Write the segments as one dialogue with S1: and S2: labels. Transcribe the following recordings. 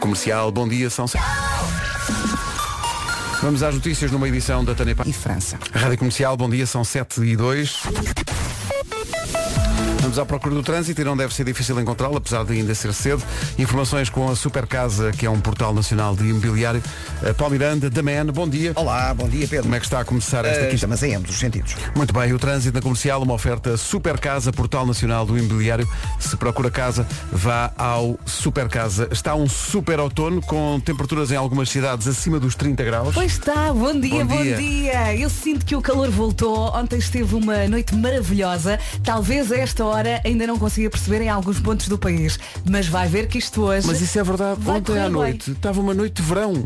S1: Comercial, bom dia, são... Vamos às notícias numa edição da Tanepa.
S2: e França.
S1: Rádio Comercial, bom dia, são 7 e 2. Vamos à procura do trânsito e não deve ser difícil encontrá-lo, apesar de ainda ser cedo. Informações com a Super Casa, que é um portal nacional de imobiliário. Eh, Paulo Miranda, da Man, bom dia.
S2: Olá, bom dia Pedro.
S1: Como é que está a começar esta
S2: Eh,
S1: quinta?
S2: Estamos em ambos os sentidos.
S1: Muito bem, o trânsito na comercial, uma oferta Super Casa, Portal Nacional do Imobiliário. Se procura casa, vá ao Super Casa. Está um super outono com temperaturas em algumas cidades acima dos 30 graus.
S3: Pois está, bom dia,
S1: Bom
S3: bom,
S1: dia.
S3: dia. Eu sinto que o calor voltou. Ontem esteve uma noite maravilhosa. Talvez a esta hora ainda não consiga perceber em alguns pontos do país. Mas vai ver que isto hoje.
S1: Mas isso é verdade.
S3: Vai
S1: Ontem
S3: correr
S1: à
S3: bem.
S1: noite estava uma noite de verão.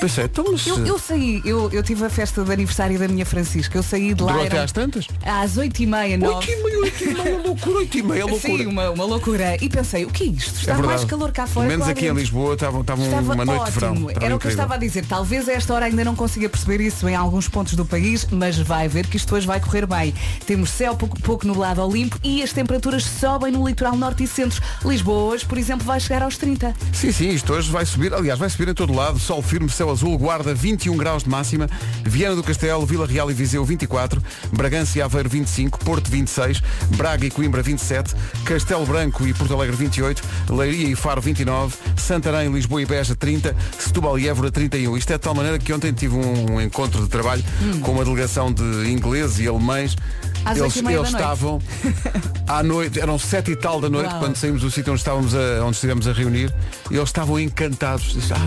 S1: Pensei, então mas
S3: Eu, eu saí, eu, eu tive a festa de aniversário da minha Francisca. Eu saí de lá.
S1: durou até
S3: eram
S1: às tantas?
S3: Às oito e meia,
S1: 8
S3: nove.
S1: e meia, 8 e meia, loucura, 8 e meia, é loucura.
S3: Sim, uma, uma loucura. E pensei, o que é isto? Está mais
S1: verdade.
S3: calor cá fora.
S1: Pelo menos
S3: que lá
S1: aqui em
S3: dentro.
S1: Lisboa estava, estava
S3: Estava
S1: uma noite de
S3: ótimo.
S1: verão.
S3: Era o que eu estava a dizer. Talvez a esta hora ainda não consiga perceber isso em alguns pontos do país, mas vai ver que isto hoje vai correr bem. Temos céu pouco, pouco no lado limpo e as temperaturas sobem no litoral norte e centro. Lisboa hoje, por exemplo, vai chegar aos 30.
S1: Sim, sim, isto hoje vai subir, aliás, vai subir em todo lado, sol firme, céu azul, guarda 21 graus de máxima, Viana do Castelo, Vila Real e Viseu 24, Bragança e Aveiro 25, Porto 26, Braga e Coimbra 27, Castelo Branco e Porto Alegre 28, Leiria e Faro 29, Santarém, Lisboa e Beja 30, Setúbal e Évora 31. Isto é de tal maneira que ontem tive um encontro de trabalho com uma delegação de ingleses e alemães.
S3: Hum. Às
S1: eles
S3: oito e meia
S1: eles
S3: da noite.
S1: estavam à noite, eram sete e tal da noite,
S3: Uau.
S1: quando saímos do sítio onde estávamos a, onde estivemos a reunir e eles estavam encantados. Disse, "Ah",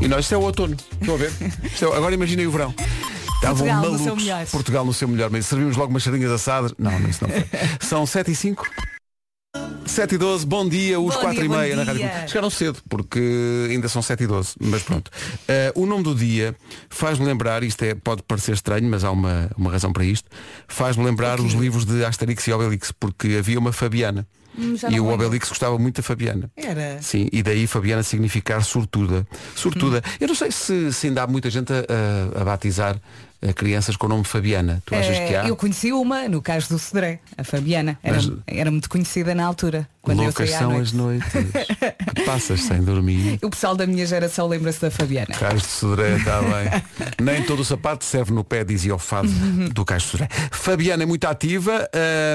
S1: e nós, isto é o outono, estão a ver? Isto é o- agora imaginem o verão. Estavam
S3: Portugal no
S1: malucos.
S3: seu melhor.
S1: Portugal no seu melhor, mas servimos logo umas sardinhas assadas. Não, não, isso não foi. São 7 e 5. 7 e 12, bom dia, os
S3: Bom
S1: 4 e
S3: dia, bom
S1: meia na
S3: dia.
S1: Rádio Comercial. Chegaram cedo, porque ainda são 7 e 12, mas pronto. Eh, o nome do dia faz-me lembrar, isto é, pode parecer estranho, mas há uma, uma razão para isto, faz-me lembrar os livros de Asterix e Obelix, porque havia uma Fabiana.
S3: Hum, já
S1: e
S3: não
S1: o
S3: lembro.
S1: Obelix gostava muito da Fabiana.
S3: Era.
S1: Sim, e daí Fabiana significar sortuda. Sortuda.
S3: Hum.
S1: Eu não sei se, se ainda há muita gente a, a- a batizar eh, crianças com o nome Fabiana. Tu achas que há?
S3: Eh, eu conheci uma, no caso do Cedré, a Fabiana. Era,
S1: Mas-
S3: era muito conhecida na altura, quando eu
S1: Loucas
S3: saí à
S1: são
S3: noite.
S1: as noites que passas sem dormir.
S3: O pessoal da minha geração lembra-se da Fabiana.
S1: Cais de Sodré, está bem. Nem todo o sapato serve no pé, dizia o fado
S3: Uhum.
S1: do Cais de Sodré. Fabiana é muito ativa,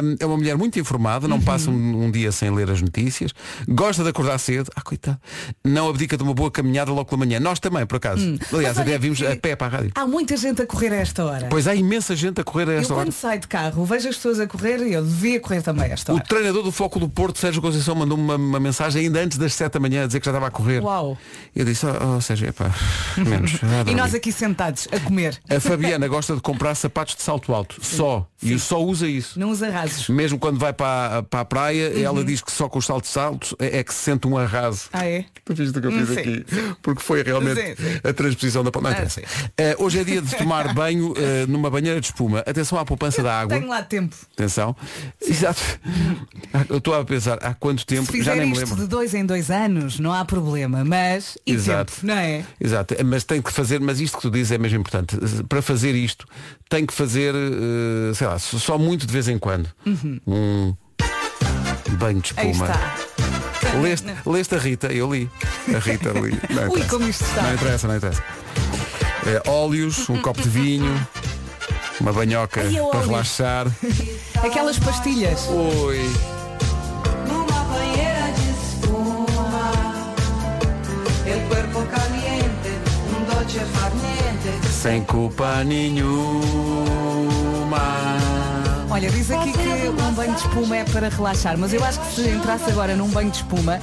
S1: hum, é uma mulher muito informada,
S3: Uhum.
S1: não passa um, um dia sem ler as notícias, gosta de acordar cedo, ah, coitado, não abdica de uma boa caminhada logo pela manhã. Nós também, por acaso. Aliás,
S3: Hum. Mas olha
S1: até vimos
S3: que-
S1: a pé para a rádio.
S3: Há muita gente a correr a esta hora.
S1: Pois há imensa gente a correr a
S3: eu
S1: esta hora.
S3: quando saio de carro vejo as pessoas a correr e eu devia correr também a esta
S1: O
S3: hora.
S1: treinador do Foco do Porto, Sérgio Conceição, mandou uma, uma mensagem ainda antes das 7 da manhã a dizer que já estava a correr.
S3: Uau.
S1: Eu disse, oh, oh, Sérgio, epá, menos. vá
S3: E
S1: dormir."
S3: nós aqui sentados a comer.
S1: A Fabiana gosta de comprar sapatos de salto alto, só. E só usa isso.
S3: Não os arrasos.
S1: Mesmo quando vai para a, para a praia,
S3: Uhum.
S1: ela diz que só com os saltos altos é, é que se sente um arraso.
S3: Ah, é?
S1: Tu viste o que eu fiz
S3: Sim.
S1: aqui? Porque foi realmente
S3: Sim, sim.
S1: a transposição da
S3: Ah,
S1: palavra.
S3: sim.
S1: hoje é dia de tomar banho eh, numa banheira de espuma. Atenção à poupança da água.
S3: Tenho lá tempo.
S1: Atenção. Exato. Ah, Eu estou a pensar há quanto
S3: Se
S1: tempo, já
S3: fizer
S1: nem me
S3: isto
S1: lembro.
S3: de dois em dois anos, não há problema. Mas, e
S1: Exato.
S3: tempo, não é?
S1: Exato, mas tem que fazer, mas isto que tu dizes é mesmo importante. Para fazer isto, tem que fazer, eh, sei lá, só muito de vez em quando. Um banho de
S3: Uhum. Aí
S1: espuma.
S3: está.
S1: Leste, leste a Rita, eu li. A Rita li. Não
S3: Ui,
S1: interessa.
S3: como isto está.
S1: Não interessa, não interessa. É, óleos, um copo de vinho, uma banhoca
S3: Ai, eu
S1: para
S3: óleos.
S1: relaxar.
S3: Aquelas pastilhas.
S1: Oi.
S4: Numa banheira de espuma El cuerpo caliente Un dolce far niente
S1: Sem culpa nenhuma.
S3: Olha, diz aqui que um banho de espuma é para relaxar, mas eu acho que se entrasse agora num banho de espuma,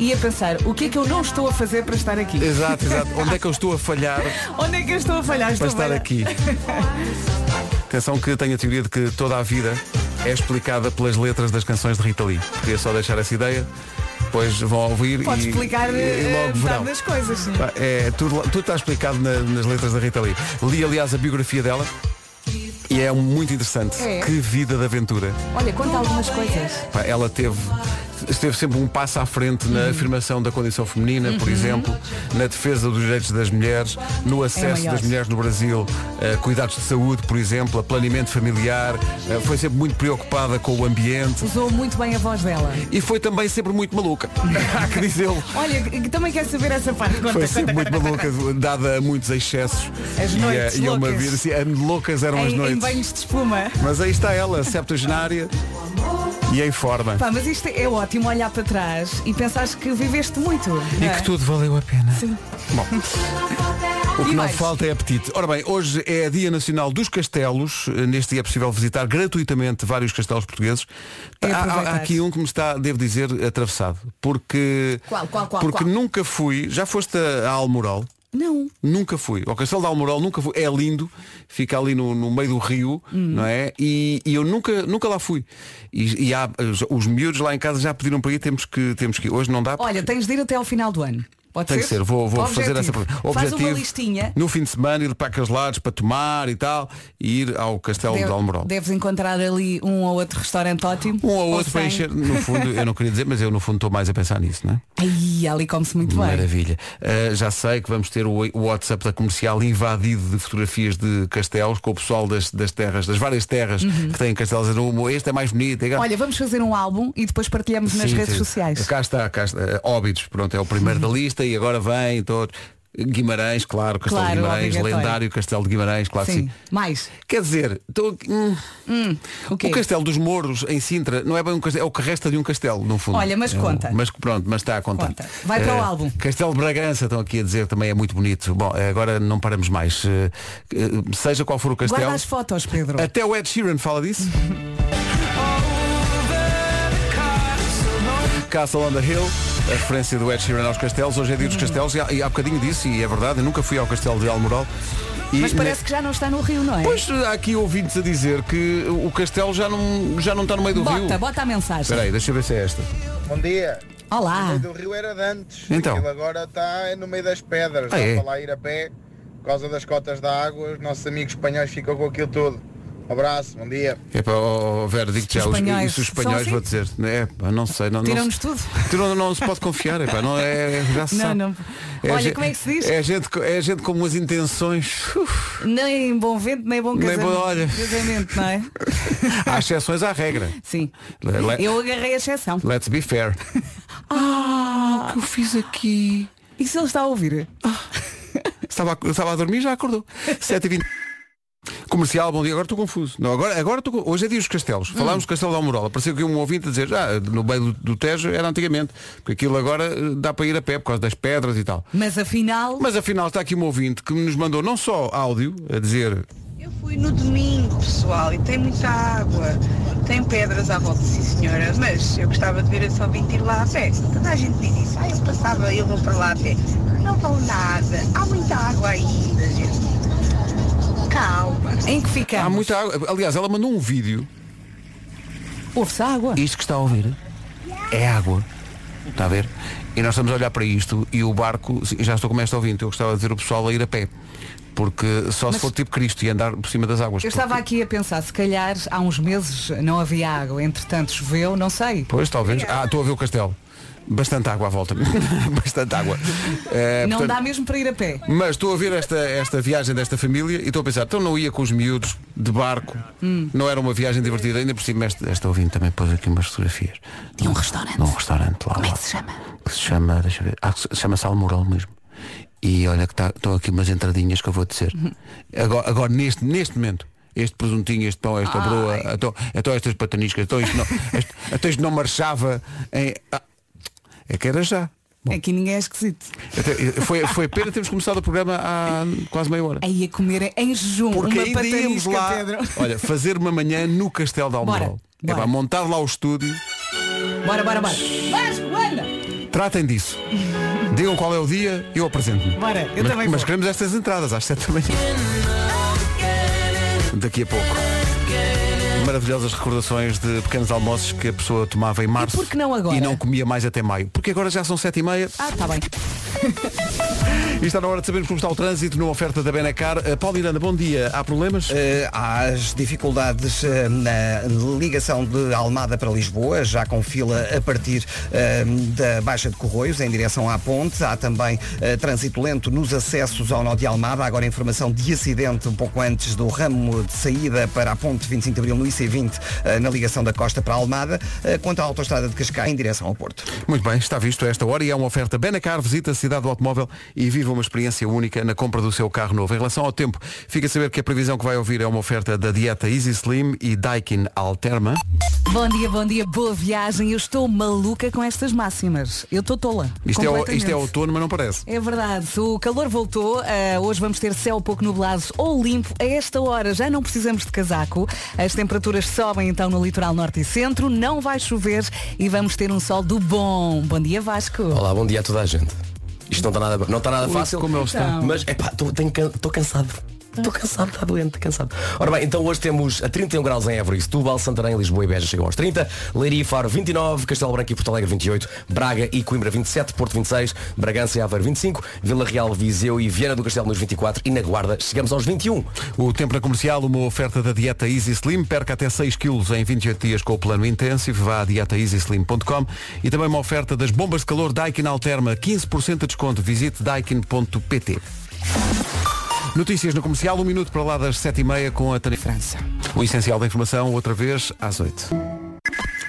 S3: ia pensar, o que é que eu não estou a fazer para estar aqui?
S1: Exato, exato. Onde é que eu estou a falhar
S3: Onde é que eu estou a
S1: para
S3: falhar? Estou
S1: estar
S3: bem-
S1: aqui? Atenção que tenho a teoria de que toda a vida é explicada pelas letras das canções de Rita Lee. Queria só deixar essa ideia, pois vão ouvir
S3: Podes
S1: e,
S3: explicar
S1: e
S3: eh,
S1: logo verão.
S3: metade das coisas. sim.
S1: Pá, É, tudo, lá- tudo está explicado na- nas letras da Rita Lee. Li, aliás, a biografia dela e é muito interessante.
S3: É.
S1: Que vida de aventura.
S3: Olha, conta algumas coisas.
S1: Pá, ela teve esteve sempre um passo à frente na afirmação da condição feminina, por exemplo, na defesa dos direitos das mulheres, no acesso
S3: maior.
S1: das mulheres no Brasil a cuidados de saúde, por exemplo, a planeamento familiar, eh, foi sempre muito preocupada com o ambiente
S3: Usou muito bem a voz dela.
S1: e foi também sempre muito maluca. Há que dizê-lo.
S3: Olha, que- também quer saber essa parte. Conta,
S1: Foi assim
S3: conta,
S1: sempre
S3: conta,
S1: muito
S3: conta,
S1: maluca, dada a muitos excessos.
S3: As
S1: e, a-
S3: noites
S1: e a uma
S3: loucas.
S1: vida. assim, a- loucas eram as
S3: Em, em
S1: noites.
S3: banhos de espuma.
S1: Mas aí está ela, septuagenária e em forma.
S3: Pá, mas isto é ótimo olhar para trás e pensares que viveste muito. não
S1: E
S3: é?
S1: que tudo valeu a pena.
S3: Sim.
S1: Bom, o que
S3: E
S1: não
S3: mais?
S1: falta é apetite. Ora bem, hoje é Dia Nacional dos Castelos. Neste dia é possível visitar gratuitamente vários castelos portugueses.
S3: É
S1: Há- há,
S3: aproveitar.
S1: há aqui um que me está, devo dizer, atravessado. Porque,
S3: Qual, qual, qual,
S1: porque
S3: qual?
S1: nunca fui. Já foste a, a Almoral?
S3: Não.
S1: Nunca fui. Ao Castelo de Almoral nunca fui. É lindo, fica ali no, no meio do rio,
S3: Hum.
S1: não é? E, e eu nunca, nunca lá fui. E, e há, os, os miúdos lá em casa já pediram para ir, temos que, temos que ir. Hoje não dá.
S3: Olha, tens de ir até ao final do ano. Pode
S1: Tem
S3: ser?
S1: que ser, vou, vou
S3: Objetivo.
S1: fazer essa
S3: tipo, Faz uma listinha.
S1: No fim de semana, ir para aqueles lados para tomar e tal, e ir ao Castelo de Almoral.
S3: deves encontrar ali um ou outro restaurante ótimo.
S1: Um ou outro para
S3: sem.
S1: encher, no fundo, eu não queria dizer, mas eu no fundo estou mais a pensar nisso, não é?
S3: Ai, ali come-se muito bem.
S1: Maravilha. Ah, já sei que vamos ter o o WhatsApp da comercial invadido de fotografias de castelos com o pessoal das, das terras, das várias terras que têm castelos. a dizer, "Oh, Este é mais bonito. é que-"
S3: Uhum. Olha, vamos fazer um álbum e depois partilhamos nas
S1: Sim,
S3: redes
S1: sim.
S3: sociais. Uhum.
S1: Cá está, cá está. Ah, Óbidos, pronto, é o primeiro da lista e agora vem todos. Guimarães, claro, Castelo
S3: Claro,
S1: de Guimarães,
S3: obrigatório.
S1: lendário Castelo de Guimarães, claro que
S3: Sim.
S1: sim.
S3: Mais.
S1: Quer dizer, tô- hum,
S3: O quê?
S1: o Castelo dos Mouros em Sintra não é bem um castelo, é o que resta de um castelo, no fundo.
S3: Olha, mas
S1: É um-
S3: conta.
S1: mas pronto, mas está a contar.
S3: Conta. Vai para o
S1: Eh,
S3: álbum.
S1: Castelo de Bragança, estão aqui a dizer, também é muito bonito. Bom, eh, agora não paramos mais. Eh, eh, seja qual for o castelo.
S3: Guarda as fotos, Pedro.
S1: Até o Ed Sheeran fala disso. Castle on the Hill, a referência do Ed Sheeran aos castelos. Hoje é dia dos castelos e há, e há bocadinho disse, e é verdade, eu nunca fui ao castelo de Almoral. E
S3: Mas parece que já não está no Rio, não é?
S1: Pois há aqui ouvintes a dizer que o castelo já não, já não está no meio do rio.
S3: bota, bota a mensagem.
S1: Espera aí, deixa eu ver se é esta.
S2: Bom dia.
S3: Olá.
S2: O do Rio era de antes.
S1: Ah. Então.
S2: Aquilo agora está no meio das pedras.
S1: Ah,
S2: dá
S1: é?
S2: para lá ir a pé. Por causa das cotas da água, os nossos amigos espanhóis ficam com aquilo tudo. Um abraço, bom dia.
S1: É para o Vera, digo já,
S3: Os
S1: os,
S3: espanhóis
S1: isso os
S3: são
S1: espanhóis
S3: assim?
S1: vou dizer. É, pá, não sei, não, não
S3: Tiram-nos
S1: se-
S3: tudo.
S1: Tiram- não se pode confiar, é, pá, não é, é- já se
S3: Não,
S1: sabe.
S3: não.
S1: É
S3: Olha,
S1: gente-
S3: como é que se diz?
S1: É gente, co- é gente com umas intenções. Uf,
S3: Nem bom vento, nem bom
S1: Nem
S3: casamento.
S1: bom- olha.
S3: Casamento, não é?
S1: há exceções à regra.
S3: Sim.
S1: Le- le-
S3: Eu agarrei a exceção.
S1: Let's be fair. Ah, o que eu fiz aqui?
S3: E se ele está a ouvir?
S1: Estava a, eu estava a dormir já acordou. 7h20. Comercial, bom dia, agora estou confuso. Não, agora, agora estou, con- hoje é dia dos castelos. Falámos do Castelo da Almorola. Apareceu aqui um ouvinte a dizer, ah, no meio do, do Tejo era antigamente, porque aquilo agora eh, dá para ir a pé por causa das pedras e tal.
S3: Mas afinal.
S1: Mas afinal está aqui um ouvinte que nos mandou não só áudio a dizer
S5: Eu fui no domingo, pessoal, e tem muita água, tem pedras à volta, sim senhora, mas eu gostava de ver esse ouvinte ir lá a pé. Toda a gente diz isso, ah, eu passava, eu vou para lá a pé. Não vão nada, há muita água ainda, gente. Calma.
S3: Em que ficamos?
S1: há muita água. Aliás, ela mandou um vídeo.
S3: Ouve-se água?
S1: Isto que está a ouvir é água. Está a ver? E nós estamos a olhar para isto e o barco, já estou como esta ouvinte, eu gostava de ver o pessoal a ir a pé. Porque só se
S3: Mas-
S1: for tipo Cristo e andar por cima das águas.
S3: Eu estava aqui a pensar, se calhar há uns meses não havia água, entretanto choveu, não sei.
S1: Pois, talvez. Ah, estou a ver o castelo. Bastante água à volta. Bastante água. É,
S3: não
S1: portanto,
S3: dá mesmo para ir a pé.
S1: Mas estou a ver esta, esta viagem desta família e estou a pensar, então não ia com os miúdos de barco.
S3: Hum.
S1: Não era uma viagem divertida. Ainda por cima, esta, esta ouvinte também pôs aqui umas fotografias.
S3: De um restaurante.
S1: Num restaurante lá.
S3: Como é
S1: lá.
S3: que se chama?
S1: Que se chama, deixa eu ver, ah, se chama Salmoral mesmo. E olha que tá- estão aqui umas entradinhas que eu vou dizer. Agora, agora neste, neste momento. Este presuntinho, este pão, esta broa, então, então estas pataniscas, então isto não, isto, então isto não marchava em. Ah, é que era já. Bom,
S3: Aqui ninguém é esquisito.
S1: até- foi, foi pena termos começado o programa há quase meia hora.
S3: Aí a comer em jejum
S1: Porque
S3: uma
S1: ainda íamos
S3: patanisca,
S1: lá,
S3: Pedro.
S1: olha, fazer uma manhã no Castelo de Almoral.
S3: Bora,
S1: É
S3: bora.
S1: pá, montar lá o estúdio.
S3: Bora, bora, bora. Vasco, anda!
S1: Tratem disso. Digam qual é o dia e eu apresento-me.
S3: Bora, eu
S1: mas,
S3: também
S1: Mas
S3: vou.
S1: queremos estas entradas às 7 da manhã. Daqui a pouco. Maravilhosas recordações de pequenos almoços que a pessoa tomava em março.
S3: por que não agora?
S1: E não comia mais até maio. Porque agora já são 7 e meia.
S3: Ah, tá bem.
S1: E está na hora de sabermos como está o trânsito numa oferta da Benacar. Eh, Paulo Miranda, bom dia. Há problemas?
S6: Eh, há as dificuldades eh, na ligação de Almada para Lisboa, já com fila a partir eh, da Baixa de Corroios, em direção à ponte. Há também eh, trânsito lento nos acessos ao nó de Almada. Agora informação de acidente um pouco antes do ramo de saída para a ponte 25 de Abril no IC20, eh, na ligação da costa para Almada, eh, quanto à autoestrada de Cascais em direção ao Porto.
S1: Muito bem, está visto a esta hora e é uma oferta Benacar. Visita a cidade do automóvel e viva uma experiência única na compra do seu carro novo. Em relação ao tempo, fica a saber que a previsão que vai ouvir é uma oferta da dieta Easy Slim e Daikin Alterma.
S3: Bom dia, bom dia, boa viagem. Eu estou maluca com estas máximas. Eu estou tola.
S1: Isto é, o- isto
S3: completamente.
S1: é outono, mas não parece.
S3: É verdade, o calor voltou. ah, hoje vamos ter céu pouco nublado ou limpo. A esta hora já não precisamos de casaco. As temperaturas sobem então no litoral norte e centro. Não vai chover e vamos ter um sol do bom. Bom dia, Vasco.
S7: Olá, bom dia a toda a gente. Isto não está nada, não está nada
S1: Ui,
S7: fácil.
S1: como ele está.
S7: Mas é pá, estou cansado. Estou cansado, está doente, cansado. Ora bem, então hoje temos a 31 graus em Évora e Setúbal, Santarém, Lisboa e Beja chegam aos 30, Leiria e Faro 29, Castelo Branco e Porto Alegre 28, Braga e Coimbra 27, Porto 26, Bragança e Aveiro 25, Vila Real, Viseu e Viana do Castelo nos 24 e na Guarda chegamos aos 21.
S1: O tempo na comercial, uma oferta da dieta Easy Slim, perca até 6 quilos em 28 dias com o plano intensivo, vá a dietaeasyslim.com e também uma oferta das bombas de calor Daikin Alterma, 15% de desconto, visite daikin.pt. Notícias no comercial, um minuto para lá das 7h30 com a Tânia França. O essencial da informação, outra vez, às 8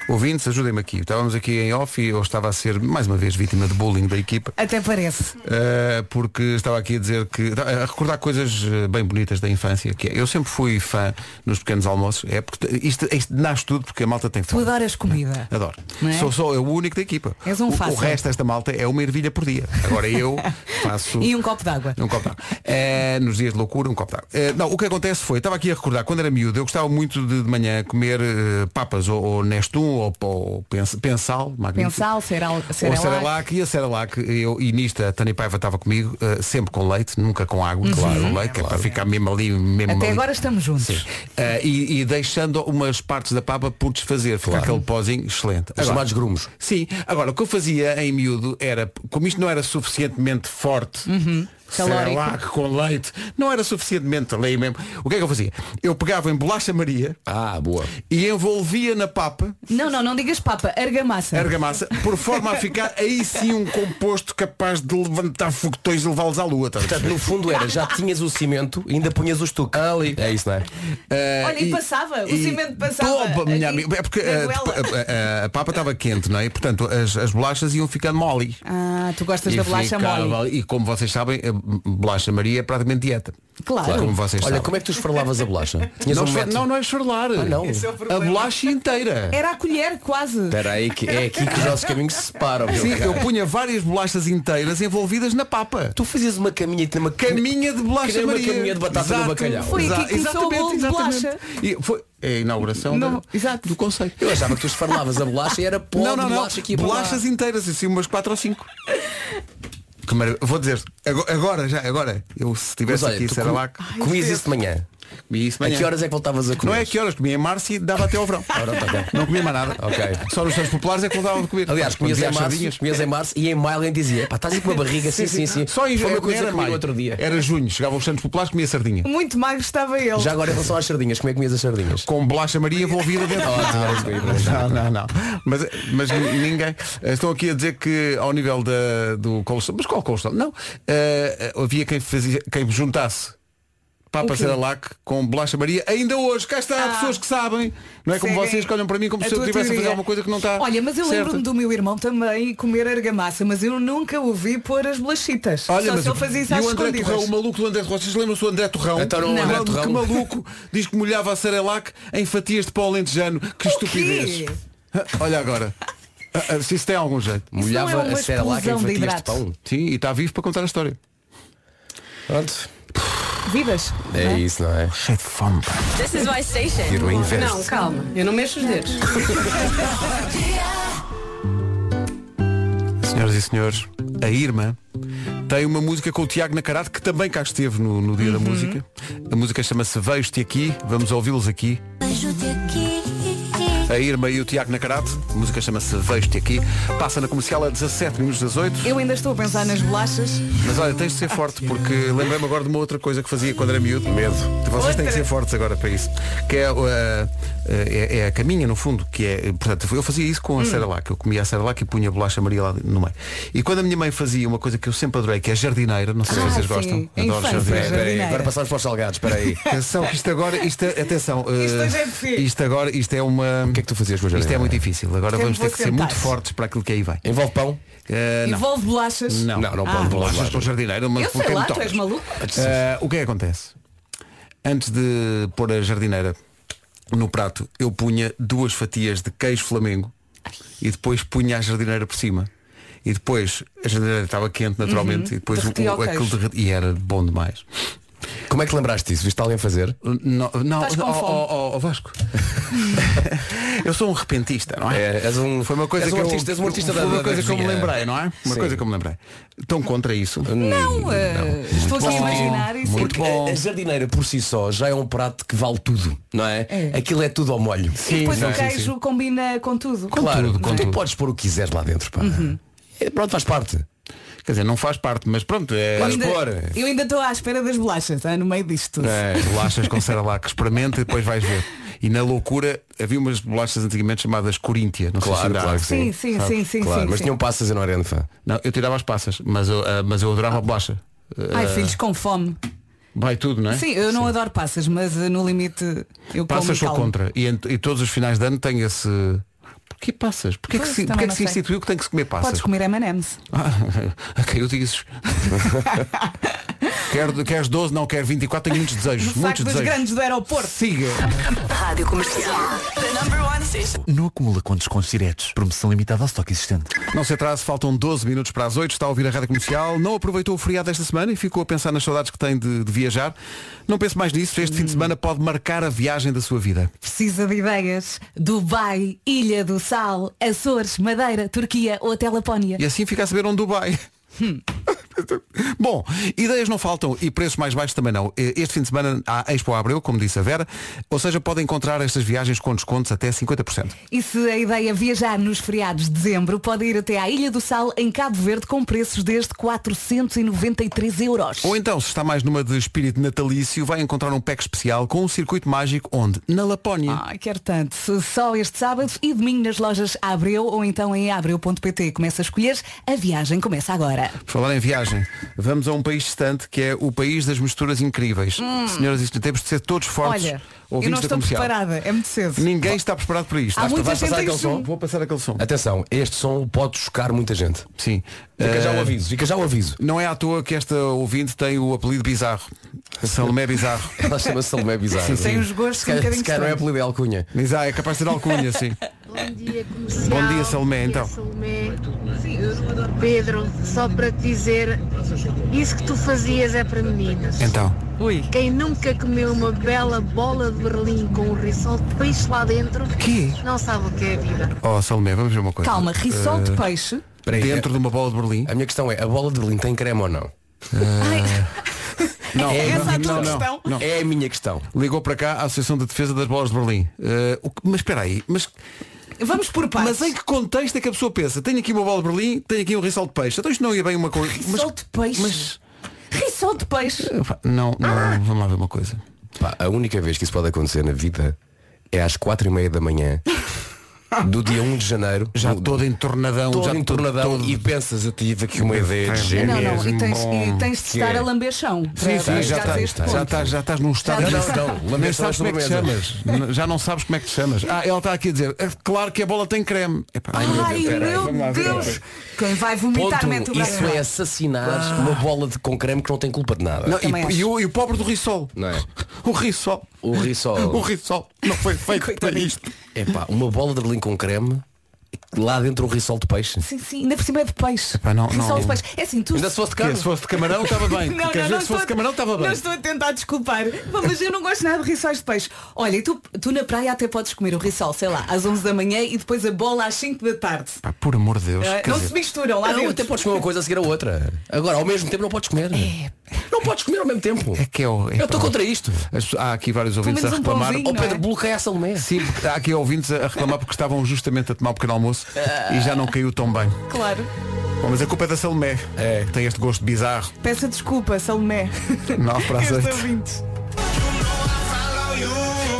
S1: Ouvintes, ajudem-me aqui. Estávamos aqui em off e eu estava a ser, mais uma vez, vítima de bullying da equipa.
S3: Até parece.
S1: Uh, porque estava aqui a dizer que tá, a recordar coisas uh, bem bonitas da infância que é, eu sempre fui fã nos pequenos almoços é porque t- isto, isto nasce tudo porque a malta tem
S3: Tu
S1: fome
S3: adoras comida.
S1: adoro
S3: Não é?
S1: sou só eu o único da equipa
S3: És um
S1: o, o
S3: fácil.
S1: resto desta malta é uma ervilha por dia agora eu faço
S3: E um copo d'água.
S1: um copo d'água. Eh, nos dias de loucura, um copo d'água. Eh, não, o que acontece foi, estava aqui a recordar, quando era miúdo, eu gostava muito de, de manhã comer eh, papas ou, ou Nestum ou, ou pens- pensal, magnífico.
S3: Pensal, cereal,
S1: Ou
S3: cereal.
S1: Cerelac e a Cerelac, eu e nisto a Tânia Paiva estava comigo, eh, sempre com leite, nunca com água, claro, com leite, que é para ficar mesmo ali, mesmo
S3: Uhum. Até
S1: ali.
S3: agora estamos juntos.
S1: Sim. Eh, e, e deixando umas partes da papa por desfazer, fica aquele pozinho excelente.
S7: Os
S1: Agora-
S7: chamados grumos.
S1: Sim, agora o que eu fazia em miúdo era, como isto não era suficientemente forte,
S3: Uhum. Calórico.
S1: sei lá, que com leite, não era suficientemente lei mesmo. O que é que eu fazia? Eu pegava em bolacha Maria
S7: Ah, boa.
S1: e envolvia na papa
S3: Não, não, não digas papa, argamassa.
S1: argamassa, por forma a ficar aí sim um composto capaz de levantar foguetões e levá-los à lua. estás a
S7: Portanto,
S1: perceber?
S7: no fundo era, já tinhas o cimento e ainda punhas o estuque. Ali. É isso, não é?
S1: Eh,
S3: Olha, e passava, o cimento passava
S1: Opa, minha
S3: ali
S1: amiga, é porque
S3: na
S1: eh,
S3: goela.
S1: a, a- a papa estava quente, não é? E, portanto, as, as bolachas iam ficando moles.
S3: Ah, tu gostas da bolacha
S1: ficava
S3: mole.
S1: ali. E como vocês sabem, a bolacha Maria é praticamente dieta.
S3: Claro.
S1: Como vocês
S7: Olha,
S1: sabem.
S7: como é que tu esfarlavas a bolacha? Tinhas
S1: não,
S7: um
S1: esfa-
S7: método?
S1: não, não é esfarlar.
S7: não. É. Esse é o
S1: a bolacha inteira.
S3: Era a colher quase.
S7: Espera aí, que é aqui que os nossos caminhos se separam. meu
S1: Sim,
S7: cara.
S1: eu punha várias bolachas inteiras envolvidas na papa.
S7: Tu fazias uma caminha e tinha uma caminha.
S1: Caminha de bolacha
S7: Que nem uma
S1: Maria.
S7: caminha de batata no bacalhau.
S3: Foi aqui que começou o bolo de bolacha.
S1: E foi é a inauguração da- do conceito.
S7: Eu achava que tu esfarlavas a bolacha e era pó
S1: Não,
S7: de
S1: não, não.
S7: bolacha aqui
S1: Bolachas inteiras, assim, umas 4 ou 5. Que maravilha. Vou dizer, ago- agora, já, agora, eu se
S7: Mas
S1: tivesse
S7: olha,
S1: aqui,
S7: tu
S1: será
S7: com-
S1: lá que
S7: comias isso de manhã.
S1: comi isso de
S7: A
S1: manhã.
S7: que horas é que voltavas a comer?
S1: Não é a que horas, comia em março e dava até ao verão.
S7: Ora, tá bem.
S1: Não comia mais nada.
S7: Ok.
S1: Só nos tempos populares é que voltava a comer.
S7: Aliás,
S1: Quando
S7: comias
S1: via
S7: em,
S1: as
S7: março,
S1: sardinhas.
S7: comias em março e em maio alguém dizia, pá, estás aí com uma barriga, sim, sim, sim.
S1: Só em
S7: Foi uma
S1: julho,
S7: coisa
S1: era
S7: que comi
S1: maio. É
S7: no outro dia.
S1: Era junho, chegava aos Santos Populares, comia sardinha.
S3: Muito magro estava ele.
S7: Já agora em relação às sardinhas, como é que comias as sardinhas?
S1: Com bolacha Maria envolvida dentro. Não, não, não. Mas, mas n- ninguém. Estão aqui a dizer que ao nível da, do colesterol. Mas qual colesterol? Não. Eh, havia quem, fazia, quem juntasse Papa Ceralac com bolacha Maria. Ainda hoje, cá está, há pessoas que sabem. Não é como
S3: Seguem
S1: vocês que olham para mim como
S3: Ah. a
S1: se eu
S3: tua
S1: estivesse a fazer
S3: teoria.
S1: alguma coisa que não está.
S3: Olha, mas eu
S1: certa.
S3: lembro-me do meu irmão também comer argamassa, mas eu nunca ouvi pôr as bolachitas.
S1: Olha,
S3: Só
S1: mas
S3: se eu fazia isso
S1: e
S3: às
S1: o André
S3: escondidas.
S1: Torrão, o maluco do André Torrão, vocês lembram-se do André Torrão?
S7: Então não, o André Torrão.
S1: Que maluco diz que molhava a Cerelac em fatias de pó alentejano. Que estupidez. Ah, Olha agora. Ah, ah, Se isso tem algum jeito.
S7: Molhava
S3: não é uma
S7: a cerelac em
S3: explosão de
S7: fatias de
S3: hidratos.
S7: pão.
S1: Sim, e está vivo para contar a história.
S7: Pronto.
S3: Vidas.
S7: É isso, não é?
S1: Cheio de fome. pá.
S8: This is my station.
S7: Tiro investe.
S8: Não, calma.
S3: é?
S8: Eu não mexo os dedos.
S1: Senhoras e senhores, a Irma tem uma música com o Tiago Nacarate, que também cá esteve no, no dia da música. A música chama-se Vejo-te Aqui, vamos ouvi-los aqui.
S9: Vejo-te aqui
S1: A Irma e o Tiago Nacarate, a música chama-se Vejo-te aqui, passa na comercial a 17 minutos das 8.
S3: Eu ainda estou a pensar nas bolachas.
S1: Mas olha, tens de ser forte, porque lembrei-me agora de uma outra coisa que fazia quando era miúdo. Medo. Vocês têm que ser fortes agora para isso. Que é, uh, é, é a caminha, no fundo, que é. Portanto, eu fazia isso
S3: Hum.
S1: com a Cerelac. Eu comia a Cerelac e punha a bolacha Maria lá no meio. E quando a minha mãe fazia uma coisa que eu sempre adorei, que é jardineira, não sei
S3: Ah,
S1: se vocês
S3: sim.
S1: gostam.
S3: A infância,
S7: Espera aí,
S3: Jardineira.
S7: agora passamos para os salgados, espera aí. O
S1: Atenção, que isto agora, isto, atenção, uh,
S3: Isto hoje é buffet.
S1: isto agora, isto é uma. O
S7: que é que tu fazias com a
S1: Isto é
S7: jardineira?
S1: muito difícil. Agora
S3: Quem
S1: vamos ter
S3: vou
S1: que ser
S3: sentar?
S1: muito fortes para aquilo que aí vai.
S7: Envolve pão?
S1: Uh, não.
S3: Envolve bolachas.
S1: Não,
S7: Não, não
S1: Ah.
S7: pode
S1: bolachas
S7: bolachas.
S1: com jardineira, mas
S3: Eu sei lá, tu és maluco.
S1: Ah, o que é que acontece? Antes de pôr a jardineira no prato, eu punha duas fatias de queijo flamengo e depois punha a jardineira por cima. E depois a jardineira estava quente naturalmente e depois o,
S3: Uhum. Derretia o
S1: o- aquilo
S3: queijo.
S1: derreti- e era bom demais.
S7: Como é que lembraste disso? Viste alguém fazer?
S1: Não, não,
S3: Estás com
S1: oh,
S3: fome.
S1: oh, oh, oh, Vasco. eu sou um repentista, não é?
S7: É, és um-
S1: foi uma coisa
S7: és um
S1: que
S7: artista-
S1: eu,
S7: és um artista
S1: foi
S7: da-
S1: uma
S7: da-
S1: coisa
S7: da
S1: que eu me
S7: cozinha.
S1: lembrei, não é? Uma
S7: Sim. Hum.
S1: coisa que eu me lembrei. Estão contra isso?
S3: Não, uh, estou aqui a imaginar isso.
S1: Muito
S7: Porque
S1: bom.
S7: a- a jardineira por si só já é um prato que vale tudo, não é?
S3: É.
S7: Aquilo é tudo ao molho.
S3: E depois
S1: Sim,
S3: o
S1: sim,
S3: queijo combina com tudo.
S7: Claro,
S1: tudo, com
S7: tu
S1: tudo.
S7: podes pôr o que quiseres lá dentro, pá.
S3: Uhum.
S7: É, Pronto, faz parte.
S1: Quer dizer, não faz parte, mas pronto, é.
S3: Eu
S7: Vais
S3: ainda-
S7: pôr.
S3: Eu ainda estou à espera das bolachas, ah, no meio disto tudo.
S1: As É, bolachas com Cerelac, experimenta e depois vais ver. E na loucura havia umas bolachas antigamente chamadas Coríntia, não sei se
S7: Claro,
S1: dá.
S7: claro que
S3: Sim,
S7: sim.
S3: sim,
S1: sabe?
S3: sim, sim,
S7: claro,
S3: sim.
S7: mas um
S3: sim.
S7: tinham passas e não era enfa.
S1: Não, eu tirava as passas, mas eu, ah, mas eu adorava a bolacha. Ah,
S3: Ai, filhos, com fome.
S1: Vai tudo, não é?
S3: Sim, eu não adoro passas, mas eh, no limite eu
S1: Passas sou
S3: como e calmo.
S1: contra. E, ent- e todos os finais de ano tem esse. Porquê passas? Porquê que
S3: Pois,
S1: se,
S3: também
S1: porquê que
S3: não
S1: se
S3: sei.
S1: instituiu que tem que se comer
S3: Podes
S1: passas?
S3: comer M&M's.
S1: Ah, ok, eu dizes. Quero, queres 12, não quero 24, tenho muitos desejos.
S3: No saco
S1: Muitos
S3: dos
S1: desejos.
S3: grandes do aeroporto.
S1: Siga.
S9: Rádio Comercial.
S10: Não acumula contos com diretos. Promoção limitada ao estoque existente.
S1: Não se atrase, faltam 12 minutos para as 8, está a ouvir a Rádio Comercial, não aproveitou o feriado esta semana e ficou a pensar nas saudades que tem de, de viajar. Não pense mais nisso, este fim de semana pode marcar a viagem da sua vida.
S3: Precisa de ideias? Dubai, Ilha do Sal, Açores, Madeira, Turquia ou até Lapónia.
S1: E assim fica a saber onde Dubai. Bom, ideias não faltam e preços mais baixos também não. Este fim de semana há Expo Abreu, como disse a Vera, ou seja, pode encontrar estas viagens com descontos até 50%.
S3: E se a ideia é viajar nos feriados de dezembro, pode ir até à Ilha do Sal, em Cabo Verde, com preços desde 493 euros.
S1: Ou então, se está mais numa de espírito natalício, vai encontrar um pack especial com um circuito mágico onde? Na Lapónia.
S3: Ai, quero tanto. Só este sábado e domingo nas lojas Abreu ou então em abreu.pt. Começa a escolher. A viagem começa agora.
S1: Por falar em viagem, vamos a um país distante que é o país das misturas incríveis. Senhoras e senhores, temos de ser todos fortes.
S3: Hum. Olha, eu
S1: ouvintes
S3: não
S1: da
S3: estou
S1: comercial.
S3: preparada. É muito cedo.
S1: Ninguém está preparado para isto.
S3: Há
S1: Basta-
S3: muita
S1: vais
S3: gente
S1: passar
S3: em
S1: aquele som?
S3: Zoom.
S1: Vou passar aquele som.
S7: Atenção, este som pode chocar muita gente.
S1: Sim.
S7: Fica já o
S1: Eh,
S7: aviso, fica já o aviso.
S1: Não é à toa que esta ouvinte tem o apelido bizarro. Salomé Bizarro.
S7: Ela chama-se Salomé Bizarro.
S3: Tem os gostos
S7: Se
S3: um
S7: calhar,
S3: bocadinho
S7: se calhar não é
S3: estranhos.
S7: apelido, é alcunha.
S1: Mas ah, é capaz de ter alcunha, sim.
S11: Bom dia, comercial.
S1: Bom dia, Salomé, então.
S11: Salomé. Pedro, só para te dizer, isso que tu fazias é para meninas.
S1: Então.
S3: Ui.
S11: Quem nunca comeu uma bela bola de berlim com um risoto de peixe lá dentro,
S1: Quê?
S11: não sabe o que é a vida.
S1: Oh, Salomé, vamos ver uma coisa. Ah,
S3: Calma, risol
S1: Eh,
S3: de peixe.
S7: Espera aí,
S1: Dentro de uma bola de Berlim.
S7: A minha questão é, a bola de Berlim tem creme ou não?
S1: Não,
S3: essa
S1: não, não,
S3: a tua
S1: não,
S3: questão?
S1: não.
S7: É a minha questão.
S1: Ligou para cá a Associação de Defesa das Bolas de Berlim. Eh, o que- mas espera aí, mas
S3: Vamos por partes.
S1: Mas em que contexto é que a pessoa pensa? Tenho aqui uma bola de Berlim, tenho aqui um risol de peixe. Então isto não ia bem uma coisa. Mas,
S3: Risol de peixe. Ah!
S1: mas-
S3: Risol de peixe.
S1: Epá, não, não, vamos lá ver uma coisa.
S7: Pá, a única vez que isso pode acontecer na vida é às quatro e meia da manhã do dia 1 de janeiro.
S1: Já
S7: do,
S1: todo entornadão,
S7: todo
S1: já
S7: entornadão
S1: todo-
S7: e pensas, eu tive aqui uma ideia de gênio.
S3: não, não. E tens, e tens de
S7: Que
S3: estar
S7: é?
S3: a lamber chão.
S1: Sim,
S3: para
S1: sim, já
S3: chegares a
S1: estás,
S3: este
S1: já,
S3: ponto.
S1: estás, já estás num estado.
S3: Já
S1: Não,
S3: estão.
S1: não,
S7: Lambe
S1: nem
S7: só
S1: sabes como é que te
S7: sobremesa.
S1: chamas. N- Já não sabes como é que te chamas. Ah, ela está aqui a dizer, "É claro que a bola tem creme. Epá,
S3: Ai,
S7: Espera aí,
S3: meu
S7: vamos lá ver uma
S3: Deus.
S7: coisa.
S3: Quem vai vomitar mete o
S7: Ponto,
S3: braço.
S7: isso é assassinar uma bola de com creme que não tem culpa de nada.
S1: não,
S3: também
S1: e,
S3: acho.
S1: e o, e o pobre do risol.
S7: Não é?
S1: O risol.
S7: O risol.
S1: O risol. Não foi feito para isto.
S7: É pá, uma bola de Berlim com creme lá dentro um risol de peixe.
S3: Sim, sim, ainda por cima é de peixe.
S1: não,
S3: Risol
S7: não.
S3: de peixe. É assim, tu.
S7: Ainda se fosse de carne. Se fosse de camarão, estava bem.
S3: Não,
S7: Porque às
S3: não,
S7: vezes
S3: não
S7: se fosse
S3: estou-
S7: de camarão, estava bem.
S3: Não estou a tentar desculpar. Pá, Mas eu não gosto nada de rissóis de peixe. Olha, e tu, tu na praia até podes comer o rissol, sei lá, às 11 da manhã e depois a bola às 5 da tarde.
S1: Pá, por amor de Deus.
S3: Eh,
S1: quer
S3: não
S1: dizer-
S3: se misturam lá
S7: Não,
S3: dentro.
S7: até podes comer uma coisa a seguir a outra. Agora, ao mesmo tempo não podes comer. Não podes comer ao mesmo tempo.
S1: É que é o- é
S7: Eu estou
S1: pá.
S7: contra isto.
S1: As pessoas- Há aqui vários ouvintes a
S3: menos um
S1: reclamar.
S3: pãozinho,
S7: Ó
S3: Então, não é?
S7: Pedro, bloqueia a Salomé.
S1: Sim, porque há aqui ouvintes a reclamar porque estavam justamente a tomar um pequeno almoço e já não caiu tão bem.
S3: Claro.
S1: Bom, mas a culpa é da Salomé. É. Tem este gosto bizarro.
S3: Peço desculpa, Salomé.
S1: Nove para as
S3: Este
S1: oito.
S3: ouvinte.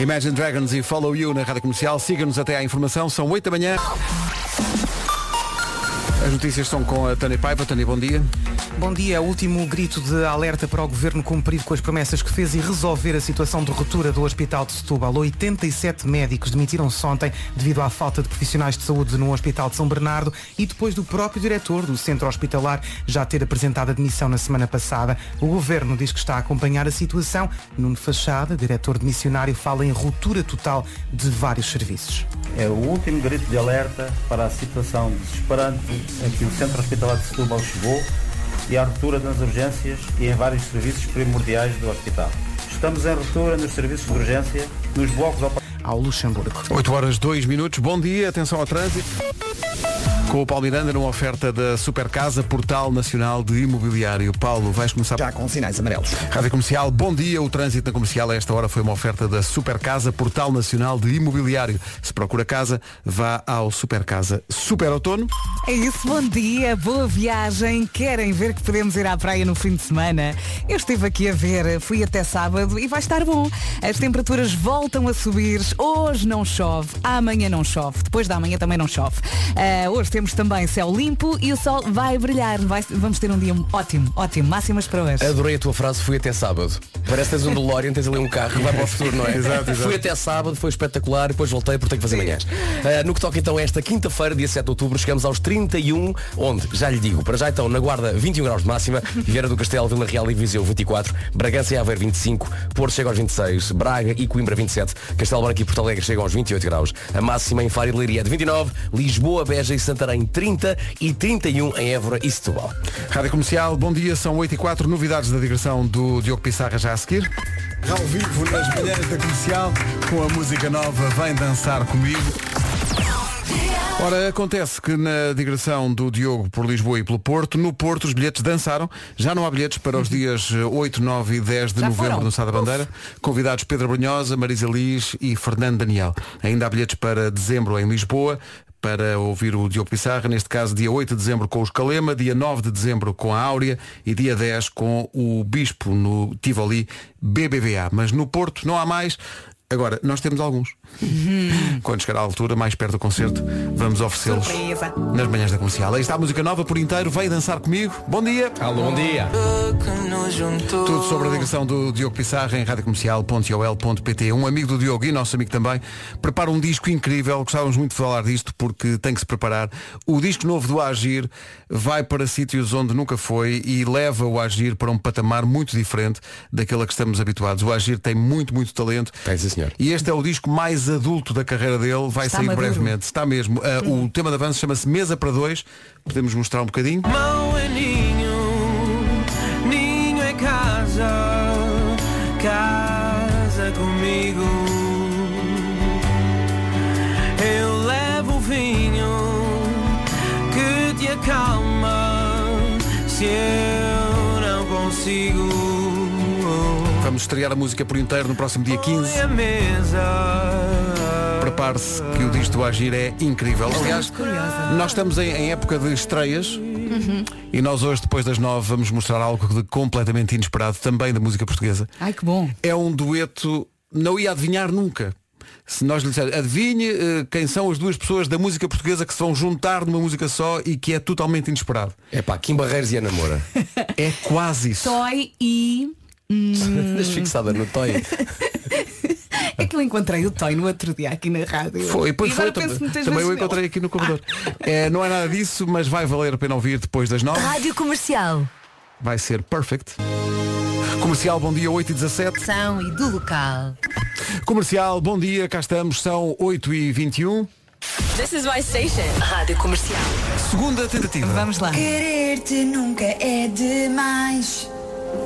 S1: Imagine Dragons e Follow You na Rádio Comercial. Siga-nos até à informação. São 8 da manhã. As notícias estão com a Tânia Paiva. Tânia, bom dia.
S12: Bom dia, último grito de alerta para o governo cumprir com as promessas que fez e resolver a situação de ruptura do Hospital de Setúbal. 87 médicos demitiram-se ontem devido à falta de profissionais de saúde no Hospital de São Bernardo e depois do próprio diretor do centro hospitalar já ter apresentado a demissão na semana passada. O governo diz que está a acompanhar a situação. Nuno Fachada, diretor de missionário, fala em ruptura total de vários serviços.
S13: É o último grito de alerta para a situação desesperante em que o Centro Hospitalar de Setúbal chegou e à ruptura nas urgências e em vários serviços primordiais do hospital. Estamos em ruptura nos serviços de urgência, nos blocos operacionais.
S12: Ao Luxemburgo.
S1: 8 horas 2 minutos. Bom dia. Atenção ao trânsito. Com o Paulo Miranda numa oferta da Supercasa, Portal Nacional de Imobiliário. Paulo, vais começar já
S6: com sinais amarelos.
S1: Rádio Comercial, bom dia. O trânsito na comercial a esta hora foi uma oferta da Supercasa, Portal Nacional de Imobiliário. Se procura casa, vá ao Supercasa Super Outono.
S3: É isso, bom dia, boa viagem. Querem ver que podemos ir à praia no fim de semana? Eu estive aqui a ver, fui até sábado e vai estar bom. As temperaturas voltam a subir. Hoje não chove, amanhã não chove, depois da manhã também não chove. Ah, hoje temos também céu limpo e o sol vai brilhar. Vai- vamos ter um dia ótimo, ótimo. Máximas para hoje.
S7: Adorei a tua frase, fui até sábado. Parece que tens um DeLorean, tens ali um carro que vai para o futuro, não é?
S1: Exato, exato.
S7: Fui até sábado, foi espetacular, depois voltei porque tenho que fazer manhãs. Ah, no que toca então a esta quinta-feira, dia 7 de outubro, chegamos aos 31, onde, já lhe digo, para já então, na Guarda 21 graus de máxima, Vieira do Castelo, Vila Real e Viseu 24, Bragança e Aveiro 25, Porto chega aos 26, Braga e Coimbra 27, Castelo Branco e Porto Alegre chegam aos 28 graus, a máxima em Faro e Leiria é de 29, Lisboa, Beja e Santarém 30 e 31 em Évora e Setúbal.
S1: Rádio Comercial, bom dia, são 8 e 4 novidades da digressão do Diogo Pissarra já a seguir. Ao vivo nas manhãs da comercial, com a música nova Vem Dançar Comigo. Ora, acontece que na digressão do Diogo por Lisboa e pelo Porto, no Porto os bilhetes dançaram. Já não há bilhetes para os dias eh, 8, 9 e 10 de
S14: Uhum. Já
S1: novembro
S14: foram.
S1: no Sá da Bandeira. Convidados Pedro Brunhosa, Marisa Liz e Fernando Daniel. Ainda há bilhetes para dezembro em Lisboa. Para ouvir o Diogo Pissarra, neste caso dia 8 de dezembro com os Calema, dia 9 de dezembro com a Áurea e dia 10 com o Bispo no Tivoli BBVA. Mas no Porto não há mais. Agora, nós temos alguns. Quando chegar à altura, mais perto do concerto, vamos oferecê-los
S3: Surpresa.
S1: nas manhãs da comercial. Aí está a música nova por inteiro, vem dançar comigo. Bom dia. Alô, bom dia.
S15: um
S1: Tudo sobre a digressão do Diogo Pissarra em radiocomercial.ol.pt. Um amigo do Diogo e nosso amigo também prepara um disco incrível. Gostávamos muito de falar disto porque tem que se preparar. O disco novo do Agir vai para sítios onde nunca foi e leva o Agir para um patamar muito diferente daquele a que estamos habituados. O Agir tem muito, muito talento. Tem, sim, senhor. E este é o disco mais adulto da carreira dele. Vai
S14: Está
S1: sair
S14: maduro.
S1: brevemente. Está mesmo. Ah, O tema de avanço chama-se Mesa para Dois. Podemos mostrar um bocadinho.
S14: Mão é ninho, ninho é casa, casa comigo. Eu levo o vinho que te acalma se eu não consigo.
S1: Vamos estrear a música por inteiro no próximo dia 15.
S14: Põe a mesa.
S1: Prepare-se que o disco do Agir é incrível.
S14: Estou
S1: Aliás,
S14: muito curiosa.
S1: nós estamos em, em época de estreias
S3: Uhum.
S1: e nós hoje, depois das nove, vamos mostrar algo de completamente inesperado, também da música portuguesa.
S3: Ai que bom.
S1: É um dueto, não ia adivinhar nunca. Se nós lhe dissermos, adivinhe eh, quem são as duas pessoas da música portuguesa que se vão juntar numa música só e que é totalmente inesperado.
S7: É pá, Kim Barreiros e Ana Moura.
S1: É quase isso.
S3: Toy e. hum,
S7: Mas fixada no toy.
S3: é que eu encontrei o Toy no outro dia aqui na rádio.
S1: Foi, pois
S3: e agora
S1: foi, tam-
S3: penso
S1: também,
S3: muitas
S1: o
S3: vezes
S1: encontrei aqui no corredor. Eh, não é nada disso, mas vai valer a pena ouvir depois das nove.
S9: Rádio Comercial.
S1: Vai ser perfect. Comercial, bom dia, 8 e 17.
S9: São e do local.
S1: Comercial, bom dia, cá estamos, são 8 e 21.
S16: This is my station. Rádio Comercial.
S1: Segunda tentativa.
S3: Vamos lá.
S5: Querer-te nunca é demais.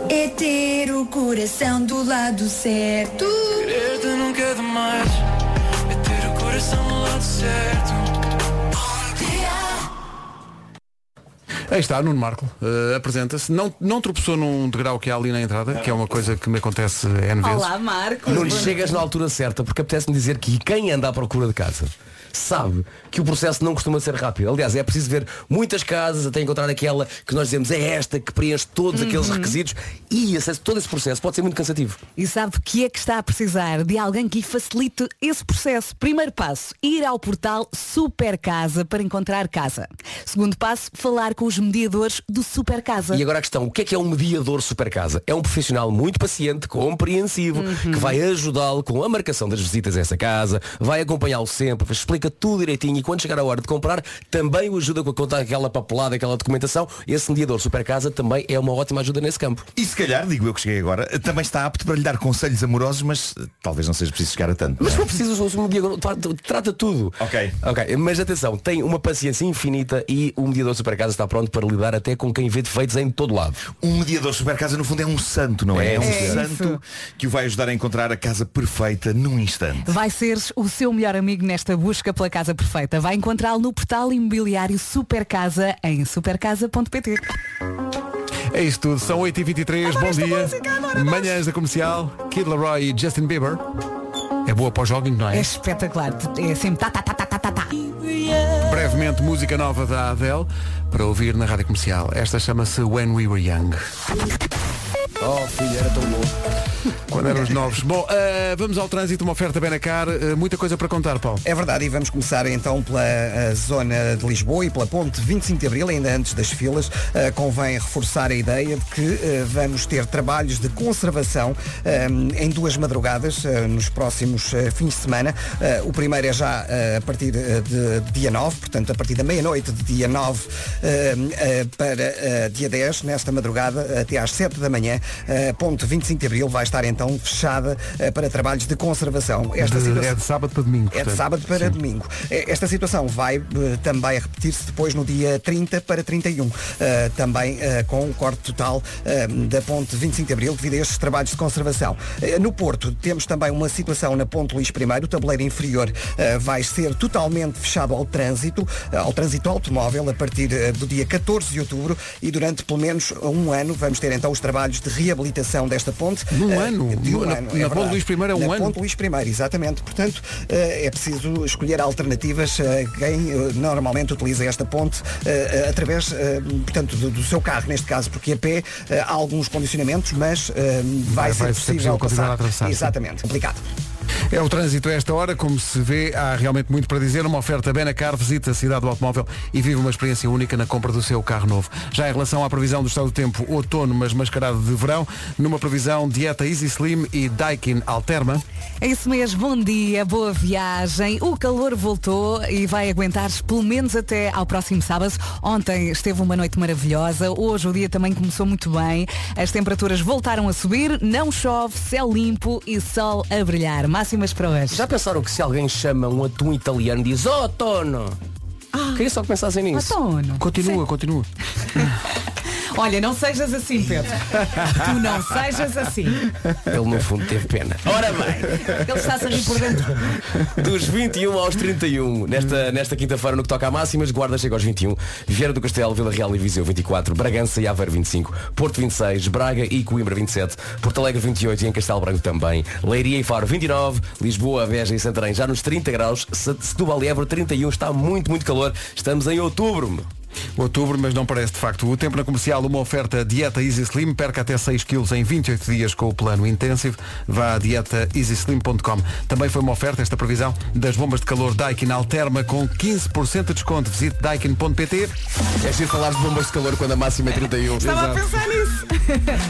S5: É ter o coração do lado certo.
S14: Querer-te nunca é demais. É ter o coração no lado certo.
S1: Aí está, Nuno Marco. eh, Apresenta-se. Não, não tropeçou num degrau que há ali na entrada, que é uma coisa que me acontece N vezes.
S3: Olá, Marcos.
S7: Não
S3: Boa
S7: lhe
S3: noite.
S7: chegas na altura certa, porque apetece-me dizer que quem anda à procura de casa sabe que o processo não costuma ser rápido. Aliás, é preciso ver muitas casas até encontrar aquela que nós dizemos é esta, que preenche todos aqueles
S3: Uhum.
S7: requisitos e esse- todo esse processo pode ser muito cansativo.
S3: E sabe que é que está a precisar de alguém que lhe facilite esse processo. Primeiro passo, ir ao portal Super Casa para encontrar casa. Segundo passo, falar com os mediadores do Super Casa.
S7: E agora a questão, o que é que é um mediador super casa? É um profissional muito paciente, compreensivo, que vai ajudá-lo com a marcação das visitas a essa casa, vai acompanhá-lo sempre, explica tudo direitinho e quando chegar a hora de comprar, também o ajuda com a conta aquela papelada, aquela documentação. Esse mediador super casa também é uma ótima ajuda nesse campo.
S17: E se calhar, digo eu que cheguei agora, também está apto para lhe dar conselhos amorosos, mas eh, talvez não seja preciso chegar a tanto.
S7: Mas se for preciso, o mediador tra- trata tudo.
S17: Ok.
S7: Ok, mas atenção, tem uma paciência infinita e o mediador super casa está pronto para lidar até com quem vê defeitos em todo lado.
S17: Um mediador super casa, no fundo, é um santo, não é?
S7: É,
S17: um
S7: é
S17: santo que o vai ajudar a encontrar a casa perfeita num instante.
S3: Vai ser o seu melhor amigo nesta busca pela casa perfeita. Vai encontrá-lo no portal imobiliário Super Casa em supercasa.pt.
S1: É isso tudo, são 8h23, bom dia. Manhãs da comercial, Kid Laroi e Justin Bieber. É boa para o jogging, não
S3: É
S1: é?
S3: espetacular. É sempre tá, tá, tá, tá, tá, tá, tá.
S1: Brevemente, música nova da Adele para ouvir na rádio comercial. Esta chama-se When We Were Young.
S7: Oh, filho, era tão bom.
S1: Quando éramos novos. Bom, eh, vamos ao trânsito, uma oferta bem na cara, muita coisa para contar, Paulo.
S15: É verdade, e vamos começar então pela eh, zona de Lisboa e pela ponte 25 de Abril, ainda antes das filas. Eh, convém reforçar a ideia de que eh, vamos ter trabalhos de conservação eh, em duas madrugadas eh, nos próximos eh, fins de semana. Eh, o primeiro é já eh, a partir eh, de dia 9, portanto a partir da meia-noite de dia 9 eh, eh, para eh, dia 10, nesta madrugada até às 7 da manhã. eh, ponte 25 de Abril vai estar então fechada eh, para trabalhos de conservação. Esta
S1: De-
S15: situação-
S1: é de sábado para domingo.
S15: é de
S1: portanto.
S15: sábado para
S1: Sim.
S15: domingo. Eh, Esta situação vai eh, também repetir-se depois no dia 30 para 31, eh, também eh, com o corte total eh, da ponte 25 de Abril devido a estes trabalhos de conservação. Eh, No Porto temos também uma situação na ponte Luís I, o tabuleiro inferior eh, vai ser totalmente fechado ao trânsito, eh, ao trânsito automóvel a partir eh, do dia 14 de outubro e durante pelo menos um ano vamos ter então os trabalhos de reabilitação desta ponte.
S1: Num
S15: Eh,
S1: ano?
S15: De um
S1: Na-
S15: ano,
S1: na ponte
S15: verdade.
S1: Luís I é um
S15: Na
S1: ano?
S15: ponte Luís I, exatamente. Portanto, eh, é preciso escolher alternativas. eh, Quem eh, normalmente utiliza esta ponte eh, eh, através, eh, portanto, do, do seu carro, neste caso, porque a pé eh, há alguns condicionamentos, mas eh,
S1: Vai-
S15: vai, ser
S1: vai ser
S15: possível,
S1: possível continuar
S15: passar.
S1: a atravessar, sim.
S15: Exatamente. Complicado.
S1: É o trânsito a esta hora, como se vê, há realmente muito para dizer. Uma oferta Benacar, visita a cidade do automóvel e vive uma experiência única na compra do seu carro novo. Já em relação à previsão do estado do tempo, outono, mas mascarado de verão, numa previsão dieta Easy Slim e Daikin Alterma.
S3: É isso mesmo, bom dia, boa viagem. O calor voltou e vai aguentar pelo menos até ao próximo sábado. Ontem esteve uma noite maravilhosa, hoje o dia também começou muito bem. As temperaturas voltaram a subir, não chove, céu limpo e sol a brilhar. Máximas para hoje.
S7: Já pensaram que se alguém chama um atum italiano diz Oh, Tono! Queria só que pensassem nisso.
S3: Outono.
S1: Continua, continua.
S3: Olha, não sejas assim, Pedro. tu não sejas assim.
S7: Ele no fundo teve pena. Ora bem.
S3: Ele está-se a rir por dentro.
S7: Dos 21 aos 31, nesta, nesta quinta-feira, no que toca a máximas, Guarda chega aos 21, Vieira do Castelo, Vila Real e Viseu 24, Bragança e Aveiro 25, Porto 26, Braga e Coimbra 27, Porto Alegre 28 e em Castelo Branco também, Leiria e Faro 29, Lisboa, Veja e Santarém já nos 30 graus, Se- Setúbal e Évora 31, está muito, muito calor, estamos em outubro.
S1: Outubro, mas não parece de facto. O tempo na comercial, uma oferta Dieta Easy Slim, perca até 6 quilos em 28 dias com o plano Intensive. Vá a dietaeasyslim.com. Também foi uma oferta, esta previsão, das bombas de calor Daikin Alterma com 15% de desconto. Visite daikin.pt.
S7: É giro falar de bombas de calor quando a máxima é 31.
S3: Estava a pensar nisso.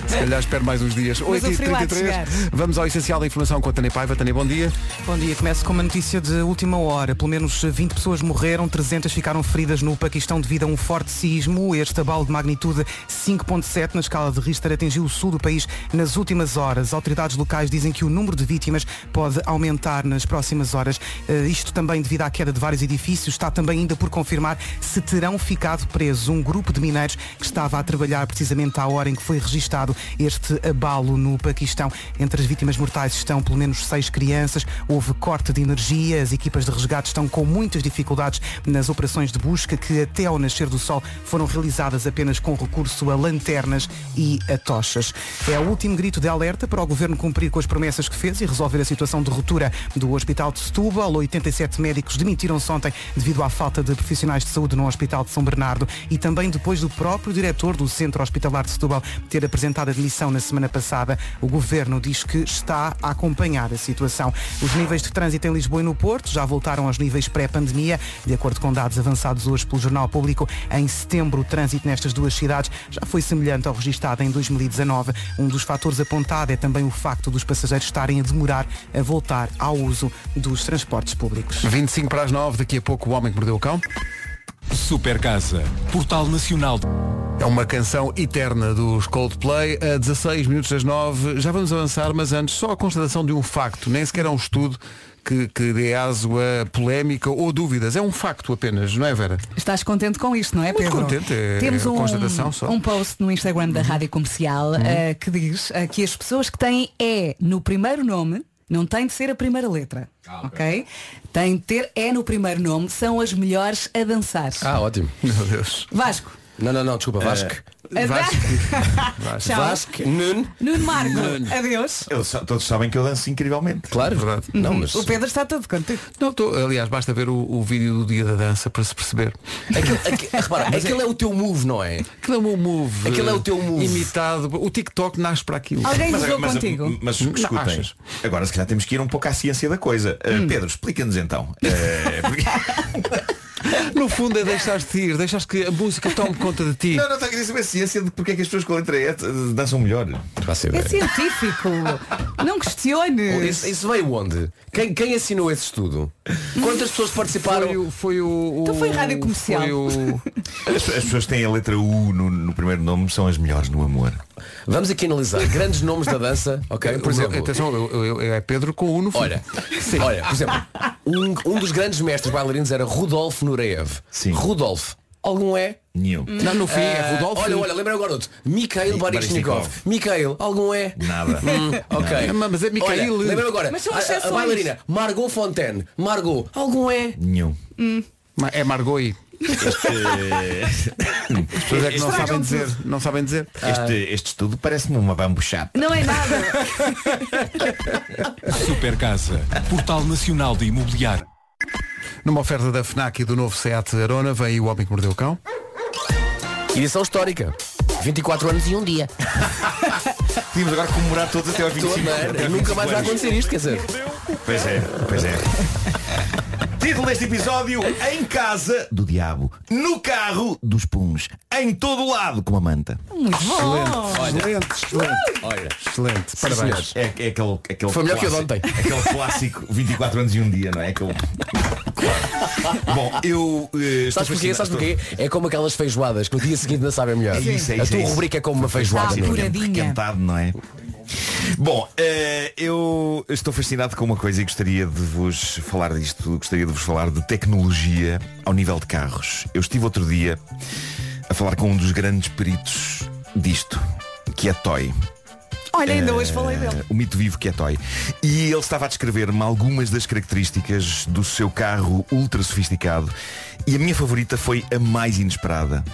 S1: Se calhar espero mais uns dias.
S12: Mas o frio há de chegar.
S1: 8h33. Vamos ao essencial da informação com a Tânia Paiva. Tânia, bom dia.
S12: Bom dia, começo com uma notícia de última hora. Pelo menos 20 pessoas morreram, 300 ficaram feridas no Paquistão devido a um um forte sismo. Este abalo de magnitude 5.7 na escala de Richter atingiu o sul do país nas últimas horas. Autoridades locais dizem que o número de vítimas pode aumentar nas próximas horas. Eh, isto também devido à queda de vários edifícios. Está também ainda por confirmar se terão ficado presos um grupo de mineiros que estava a trabalhar precisamente à hora em que foi registado este abalo no Paquistão. Entre as vítimas mortais estão pelo menos seis crianças. Houve corte de energia. As equipas de resgate estão com muitas dificuldades nas operações de busca que até ao nascer do sol foram realizadas apenas com recurso a lanternas e a tochas. É o último grito de alerta para o governo cumprir com as promessas que fez e resolver a situação de ruptura do Hospital de Setúbal. 87 médicos demitiram-se ontem devido à falta de profissionais de saúde no Hospital de São Bernardo e também depois do próprio diretor do Centro Hospitalar de Setúbal ter apresentado admissão na semana passada. O governo diz que está a acompanhar a situação. Os níveis de trânsito em Lisboa e no Porto já voltaram aos níveis pré-pandemia, de acordo com dados avançados hoje pelo Jornal Público. Em setembro, o trânsito nestas duas cidades já foi semelhante ao registrado em 2019. Um dos fatores apontado é também o facto dos passageiros estarem a demorar a voltar ao uso dos transportes públicos.
S1: 25 para as 9, daqui a pouco o homem que mordeu o cão. Super Casa, Portal Nacional. É uma canção eterna dos Coldplay, a 16 minutos das 9. Já vamos avançar, mas antes só a constatação de um facto, nem sequer é um estudo que, que dê aso a polémica ou dúvidas. É um facto apenas, não é, Vera?
S3: Estás contente com isto, não é,
S1: Muito
S3: Pedro?
S1: contente, é
S3: Temos um,
S1: constatação só.
S3: um post no Instagram da Rádio Comercial eh, que diz eh, que as pessoas que têm E no primeiro nome não tem de ser a primeira letra. ok? Tem de ter E no primeiro nome, são as melhores a dançar.
S7: Ah, ótimo. É.
S1: Meu Deus.
S3: Vasco.
S7: Não, não, não, desculpa, Vasco.
S3: Eh, Vasco.
S15: Vasco.
S3: Tchau.
S7: Vasco, Nuno.
S3: Nuno Marco.
S15: Nuno.
S3: Adeus.
S15: Eles sa- todos sabem que eu danço incrivelmente.
S7: Claro,
S1: verdade.
S3: Uhum. O Pedro está todo contente.
S1: Não, tô- aliás, basta ver o, o vídeo do dia da dança para se perceber.
S7: Aquilo, aqui- repara, aquilo é... o teu move, não é?
S1: Aquilo é o meu move.
S7: Aquilo é o teu move.
S1: Imitado. O TikTok nasce para aquilo.
S3: Alguém
S15: Mas-
S3: jogou
S15: mas-
S3: contigo?
S15: Mas
S1: Não,
S15: escutem,
S1: achas?
S15: agora se calhar temos que ir um pouco à ciência da coisa. Uh, Pedro, explica-nos então. Uh, porque-
S1: No fundo é deixaste ir, deixaste que a música tome conta de ti.
S15: Não, não, está a querer saber a ciência de porque é que as pessoas com a letra E uh, dançam melhor.
S3: É científico. não questiones.
S7: Isso, isso veio onde? Quem, quem assinou esse estudo? Quantas pessoas participaram?
S1: Foi o. Foi o
S3: Então foi rádio comercial.
S1: Foi o...
S15: As, as pessoas que têm a letra U no, no primeiro nome são as melhores no amor.
S7: Vamos aqui analisar grandes nomes da dança, ok?
S1: Por exemplo, atenção, eu- eu- eu- é Pedro com o no fundo.
S7: Olha, olha, por exemplo, um, um dos grandes mestres bailarinos era Rudolf Nureyev. Sim. Rudolf. Algum é?
S15: Nenhum.
S1: Não, no fim é
S7: Ah,
S1: Rudolf.
S7: Olha, olha, lembrei agora outro. Mikhail Baryshnikov.
S15: Baryshnikov.
S7: Mikhail, algum é?
S15: Nada.
S7: Hum, ok.
S1: Não, mas é Mikhail.
S7: Olha, Lembra-me agora.
S3: Mas são
S7: a- a, a
S3: exceções.
S7: bailarina Margot Fontaine. Margot, algum é?
S15: Nenhum.
S1: Ma- É Margot. aí. As pessoas é que não
S15: Estragam
S1: sabem
S15: tudo.
S1: dizer. Não sabem dizer.
S15: Este, este estudo parece-me uma bambuchata.
S3: Não é nada.
S14: Super Casa, Portal Nacional de Imobiliário.
S1: Numa oferta da FNAC e do novo Seat Arona, vem aí o homem que mordeu o cão.
S7: Edição histórica. 24 anos e um dia.
S15: Tínhamos agora que comemorar todos até aos 25.
S7: Toda,
S15: até aos
S7: nunca
S15: 25
S7: mais vai
S15: anos.
S7: acontecer isto, quer dizer.
S15: Pois é, pois é. Título deste episódio Em casa do diabo No carro dos puns Em todo lado com a manta
S3: Muito bom.
S1: Excelente, excelente,
S7: Olha.
S1: excelente.
S7: Sim,
S1: Parabéns.
S7: senhores.
S15: É, é aquele, aquele
S7: Foi melhor que o de
S15: clássico,
S7: ontem.
S15: Aquele clássico 24 anos e um dia, não é? Aquele... Bom, eu eh, estou
S7: Sabes porquê?
S15: fascinado-
S7: Sabes porquê? É como aquelas feijoadas que no dia seguinte não sabem melhor.
S15: É isso, é
S7: a
S15: isso,
S7: tua
S15: é isso.
S7: rubrica é como uma
S15: Estou...
S3: Ah,
S7: feijoada. não é?
S3: pura.
S15: Sim,
S3: Puradinha.
S15: Recantado, não é? Bom, eh, eu estou fascinado com uma coisa e gostaria de vos falar disto, gostaria de vos falar de tecnologia ao nível de carros. Eu estive outro dia a falar com um dos grandes peritos disto, que é Toy.
S3: Olha, ainda hoje falei dele.
S15: Eh, O mito vivo que é Toy. E ele estava a descrever-me algumas das características do seu carro ultra sofisticado. E a minha favorita foi a mais inesperada.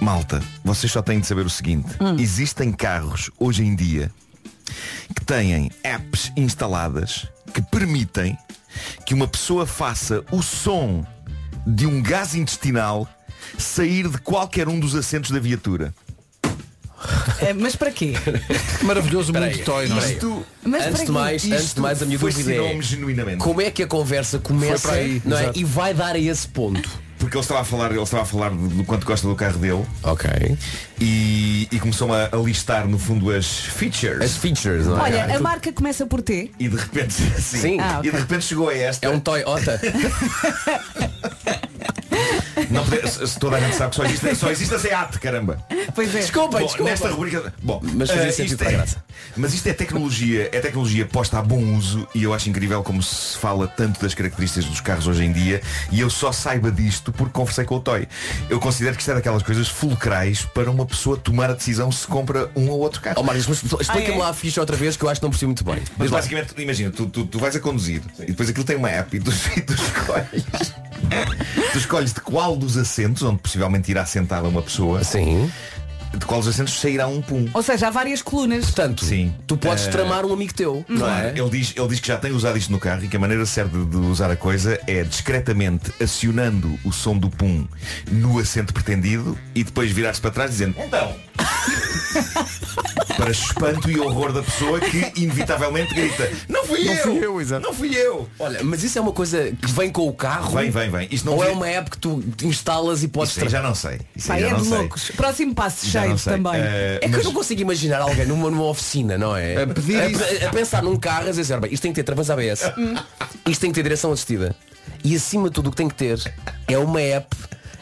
S15: Malta, vocês só têm de saber o seguinte.
S3: Hum.
S15: Existem carros hoje em dia que têm apps instaladas que permitem que uma pessoa faça o som de um gás intestinal sair de qualquer um dos assentos da viatura.
S3: Eh, Mas para quê?
S1: Maravilhoso mundo de toy, não é?
S15: Isto,
S3: Mas para
S7: Antes de
S3: quê?
S7: mais, antes de
S15: isto
S7: mais a minha dúvida
S15: fascinou-me
S7: é
S15: genuinamente.
S7: como é que a conversa começa
S1: para aí,
S7: não é?
S1: exato.
S7: e vai dar a esse ponto.
S15: Porque ele estava a falar, ele estava a falar do do quanto gosta do carro dele
S7: Ok.
S15: e, e começou a, a listar no fundo as
S7: As
S15: features.
S7: features, não é?
S3: Olha, a marca começa por T.
S15: E de repente, sim,
S7: Sim.
S3: Ah, ok.
S7: um- oh, tá.
S15: e de repente chegou a esta.
S7: É um Toyota.
S15: Não poder- se, se toda a gente sabe que só existe, só existe a SEAT, caramba.
S3: Pois é.
S15: Bom, Nesta rubrica. Bom,
S7: Mas fazia
S15: eh,
S7: sentido
S15: isto
S7: para a
S15: é-
S7: graça.
S15: Mas isto é tecnologia, é tecnologia posta a bom uso e eu acho incrível como se fala tanto das características dos carros hoje em dia e eu só saiba disto porque conversei com o Toy. Eu considero que isto é daquelas coisas fulcrais para uma pessoa tomar a decisão se compra um ou outro carro.
S7: Oh, Marcos, mas explica-me lá a ficha outra vez que eu acho que não percebi muito bem.
S15: Mas basicamente, imagina, tu, tu, tu vais a conduzir e depois aquilo tem uma app e tu, e tu escolhes. tu escolhes de qual dos assentos, onde possivelmente irá sentada uma pessoa.
S7: Sim.
S15: De qual dos assentos sairá um pum.
S3: Ou seja, há várias colunas.
S7: Portanto,
S15: Sim.
S7: tu podes
S15: Eh,
S7: tramar um amigo teu.
S15: Claro,
S7: Não é?
S15: ele, diz, ele diz que já tem usado isto no carro e que a maneira certa de usar a coisa é discretamente acionando o som do pum no assento pretendido e depois virar-se para trás dizendo então para espanto e horror da pessoa que inevitavelmente grita não fui eu não fui eu
S7: Olha, mas isso é uma coisa que vem com o carro.
S15: Vem, vem, vem. Isto não
S7: Ou é
S15: devia-
S7: uma app que tu instalas e podes
S15: Isso aí já não sei. Isso aí já
S3: Pá, é
S15: não
S3: de
S15: sei.
S3: loucos. Próximo passo,
S15: Já
S3: cheio
S15: não sei.
S3: também.
S15: Eh,
S7: É que eu não consigo imaginar alguém numa, numa oficina, não é?
S15: A pedir
S7: a,
S15: isso.
S7: a pensar num carro e dizer, "Ora bem, isto tem que ter travas ABS, isto tem que ter direção assistida. E acima de tudo o que tem que ter é uma app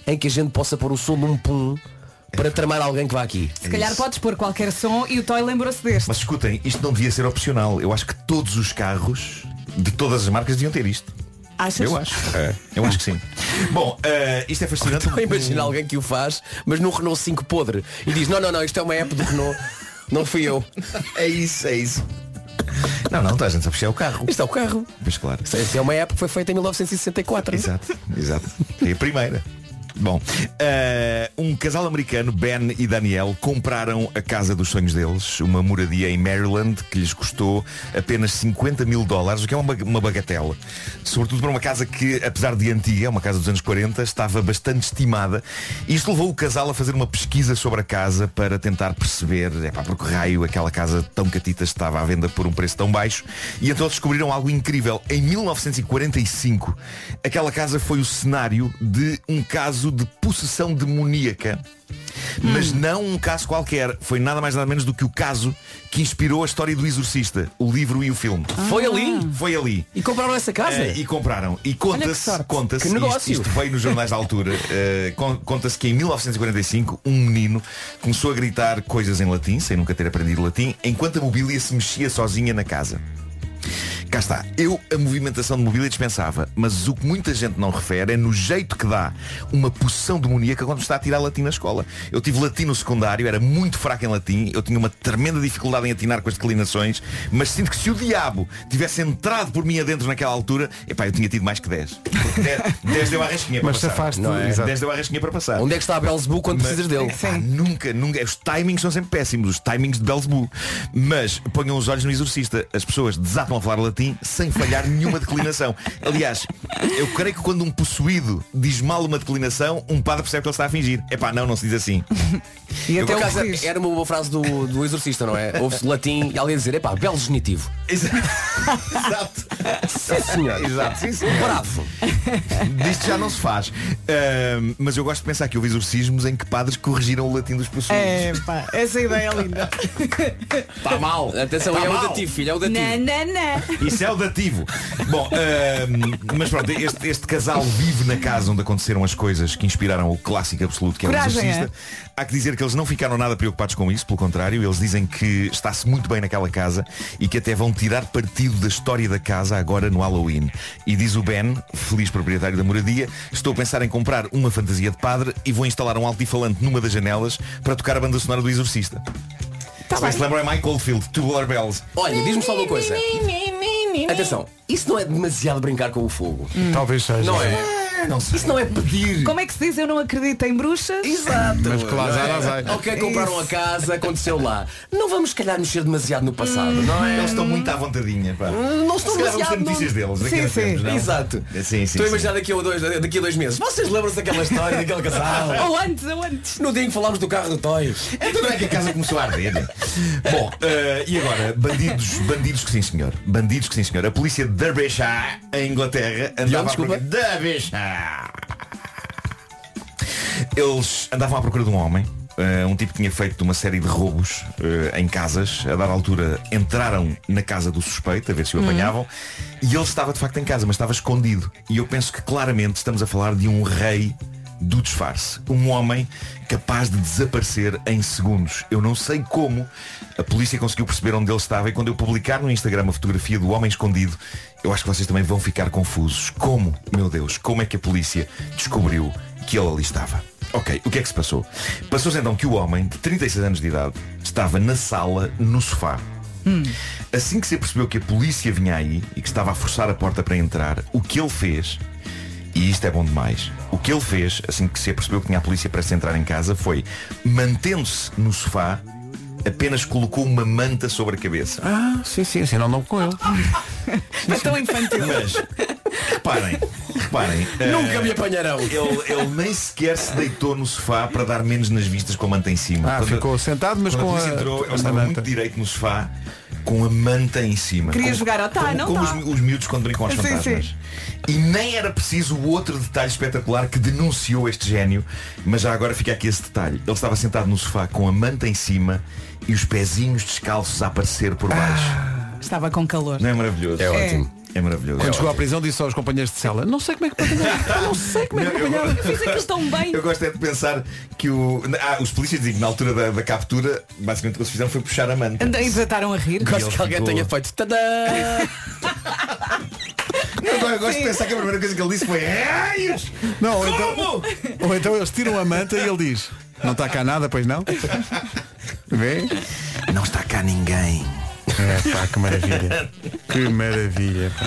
S7: em que a gente possa pôr o som num pum para tramar alguém que vá aqui.
S3: Se calhar podes pôr qualquer som e o Toy lembrou-se deste.
S15: Mas escutem, isto não devia ser opcional. Eu acho que todos os carros de todas as marcas deviam ter isto.
S3: Achas?
S15: Eu acho. É, eu acho que sim. Bom, eh, isto é fascinante.
S7: Então imagina alguém que o faz, mas num Renault 5 podre e diz, não, não, não, isto é uma app do Renault, não fui eu.
S15: É isso, é isso. Não, não, está a gente sabe que isto é o carro.
S7: Isto é o carro.
S15: Pois claro.
S7: Isto é- isto é uma app que foi feita em 1964.
S15: Exato, exato. É a primeira. Bom, eh, um casal americano, Ben e Daniel, compraram a casa dos sonhos deles, uma moradia em Maryland, que lhes custou apenas 50 mil dólares, o que é uma, ba- uma bagatela. Sobretudo para uma casa que, apesar de antiga, é uma casa dos anos 40, estava bastante estimada. Isto levou o casal a fazer uma pesquisa sobre a casa para tentar perceber, é pá, porque raio aquela casa tão catita estava à venda por um preço tão baixo. E então eles descobriram algo incrível. Em 1945, aquela casa foi o cenário de um caso de possessão demoníaca. Mas não um caso qualquer, foi nada mais nada menos do que o caso que inspirou a história do Exorcista, o livro e o filme.
S1: Ah.
S7: Foi ali? É,
S15: Foi ali.
S7: E compraram essa casa?
S15: Eh, e compraram. E
S7: Olha que
S15: conta-se,
S7: sorte.
S15: conta-se,
S7: Que
S15: isto,
S7: negócio.
S15: isto veio nos jornais da altura, eh, con- conta-se que em 1945 um menino começou a gritar coisas em latim, sem nunca ter aprendido latim, enquanto a mobília se mexia sozinha na casa. Cá está. Eu a movimentação de mobília dispensava, mas o que muita gente não refere é no jeito que dá uma poção demoníaca quando está a tirar latim na escola. Eu tive latim no secundário, era muito fraco em latim, eu tinha uma tremenda dificuldade em atinar com as declinações, mas sinto que se o diabo tivesse entrado por mim adentro naquela altura, epá, eu tinha tido mais que 10. Porque 10, 10 deu à rasquinha para
S12: Mas
S15: passar.
S12: safaste,
S15: não é?
S12: exato.
S15: 10 deu à rasquinha para passar.
S7: Onde é que está a Belzebu quando precisas dele?
S15: Pá, nunca, nunca. Os timings são sempre péssimos, os timings de Belzebu. Mas ponham os olhos no exorcista. As pessoas desatam a falar latim sem falhar nenhuma declinação. Aliás, eu creio que quando um possuído diz mal uma declinação, um padre percebe que ele está a fingir. Epá, não, não se diz assim.
S7: E
S15: Eu,
S7: até
S15: por
S7: o
S15: acaso,
S7: caso era uma boa frase do, do exorcista, não é? Ouve-se latim e alguém dizer, epá, belo genitivo.
S15: Exato.
S7: Sim, senhor.
S15: Exato, sim, senhor.
S7: Bravo.
S15: Disto já não se faz. Ahm, mas eu gosto de pensar que houve exorcismos em que padres corrigiram o latim dos possuídos.
S3: É, pá, essa ideia é linda.
S7: Está mal. Atenção,
S15: Tá
S7: é
S15: mal.
S7: o dativo, filho, é o dativo.
S3: Não, não, não.
S15: Isso é o dativo. Bom, ahm, mas pronto, este, este casal vive na casa onde aconteceram as coisas que inspiraram o clássico absoluto que é o
S3: Coragem,
S15: exorcista. Há que dizer que eles não ficaram nada preocupados com isso, pelo contrário, eles dizem que está-se muito bem naquela casa e que até vão tirar partido da história da casa agora no Halloween. E diz o Ben, feliz proprietário da moradia, estou a pensar em comprar uma fantasia de padre e vou instalar um altifalante numa das janelas para tocar a banda sonora do exorcista. Tá se lembram é Michael Field, Tubular Bells.
S7: Olha, diz-me só uma coisa. Atenção, isso não é demasiado brincar com o fogo.
S15: Hum.
S1: Talvez seja.
S7: Não
S15: Ah,
S7: é? Isso não é pedir.
S3: Como é que se diz eu não acredito em bruxas?
S7: Exato.
S1: Mas que lá
S7: Não
S1: azar,
S7: é?
S1: azar.
S7: Ok, compraram a casa, aconteceu lá. Não vamos, se calhar, mexer demasiado no passado, não é?
S15: Eles estão muito à vontadinha, pá.
S7: Não estão
S15: Se calhar vamos ter
S7: demasiado, não.
S15: notícias deles. daqui a
S7: Sim,
S15: uns
S7: sim,
S15: tempos, não?
S7: exato.
S15: Sim, sim,
S7: Estou a
S15: sim.
S7: imaginar daqui a, dois, daqui a dois meses. Vocês lembram-se daquela história, daquele
S15: é
S7: casal?
S3: Ou antes, ou antes.
S7: No dia em que falámos do carro do Toy.
S15: Então não é que a casa começou a arder. Bom, eh, e agora, bandidos, bandidos que sim senhor. Bandidos que sim senhor. A polícia de Derbyshire, em Inglaterra, andava à
S7: desculpa?
S15: procura. Derbyshire. Eles andavam à procura de um homem. eh, um tipo que tinha feito uma série de roubos eh, em casas, a dada altura entraram na casa do suspeito a ver se o apanhavam e ele estava de facto em casa, mas estava escondido. E eu penso que claramente estamos a falar de um rei do disfarce. Um homem capaz de desaparecer em segundos. Eu não sei como a polícia conseguiu perceber onde ele estava e quando eu publicar no Instagram a fotografia do homem escondido, eu acho que vocês também vão ficar confusos. Como, meu Deus, como é que a polícia descobriu que ele ali estava? Ok, o que é que se passou? Passou-se então que o homem, de 36 anos de idade, estava na sala, no sofá. Assim que se percebeu que a polícia vinha aí e que estava a forçar a porta para entrar, o que ele fez, e isto é bom demais, o que ele fez, assim que se percebeu que tinha a polícia para se entrar em casa, foi, mantendo-se no sofá, apenas colocou uma manta sobre a cabeça.
S1: Ah, sim, sim, assim não dou com ele.
S3: É tão infantil.
S15: Mas, reparem, reparem.
S7: Nunca
S15: eh,
S7: me apanharão.
S15: Ele, ele nem sequer se deitou no sofá para dar menos nas vistas com a manta em cima.
S1: Ah,
S15: Quando-
S1: ficou sentado, mas
S15: quando
S1: com
S15: a polícia
S1: a-
S15: entrou, ele
S1: com a
S15: estava
S1: manta.
S15: muito direito no sofá com a manta em cima.
S3: Queria
S15: Como-
S3: jogar ao tá,
S15: como,
S3: não
S15: como
S3: tá.
S15: os, os miúdos quando brincam aos
S3: Sim,
S15: fantasmas. E nem era preciso o outro detalhe espetacular que denunciou este gênio, mas já agora fica aqui esse detalhe. Ele estava sentado no sofá com a manta em cima e os pezinhos descalços a aparecer por baixo.
S3: Ah, Estava com calor.
S15: Não é maravilhoso?
S3: É ótimo.
S15: É maravilhoso.
S1: Quando
S15: É
S1: chegou à
S15: ótimo.
S1: prisão disse aos companheiros de cela, não sei como é que apanharam. Não sei como é que
S15: Não, eu-
S1: apanharam.
S3: Fiz aquilo tão bem.
S15: Eu gosto é de pensar que o. Ah, os polícias dizem que na altura da, da captura, basicamente o que eles fizeram foi puxar a manta.
S3: Andei e desataram a rir.
S15: Gosto que alguém tenha
S7: feito. Tadã!
S15: Eu, eu gosto de pensar que a primeira coisa que ele
S1: Então,
S15: disse foi. "Eios!"
S1: Não, ou
S15: Como?
S1: então, ou então eles tiram a manta e ele diz, não está cá nada, pois não? Vê?
S15: Não está cá ninguém.
S1: É pá, que maravilha. Que maravilha. pá.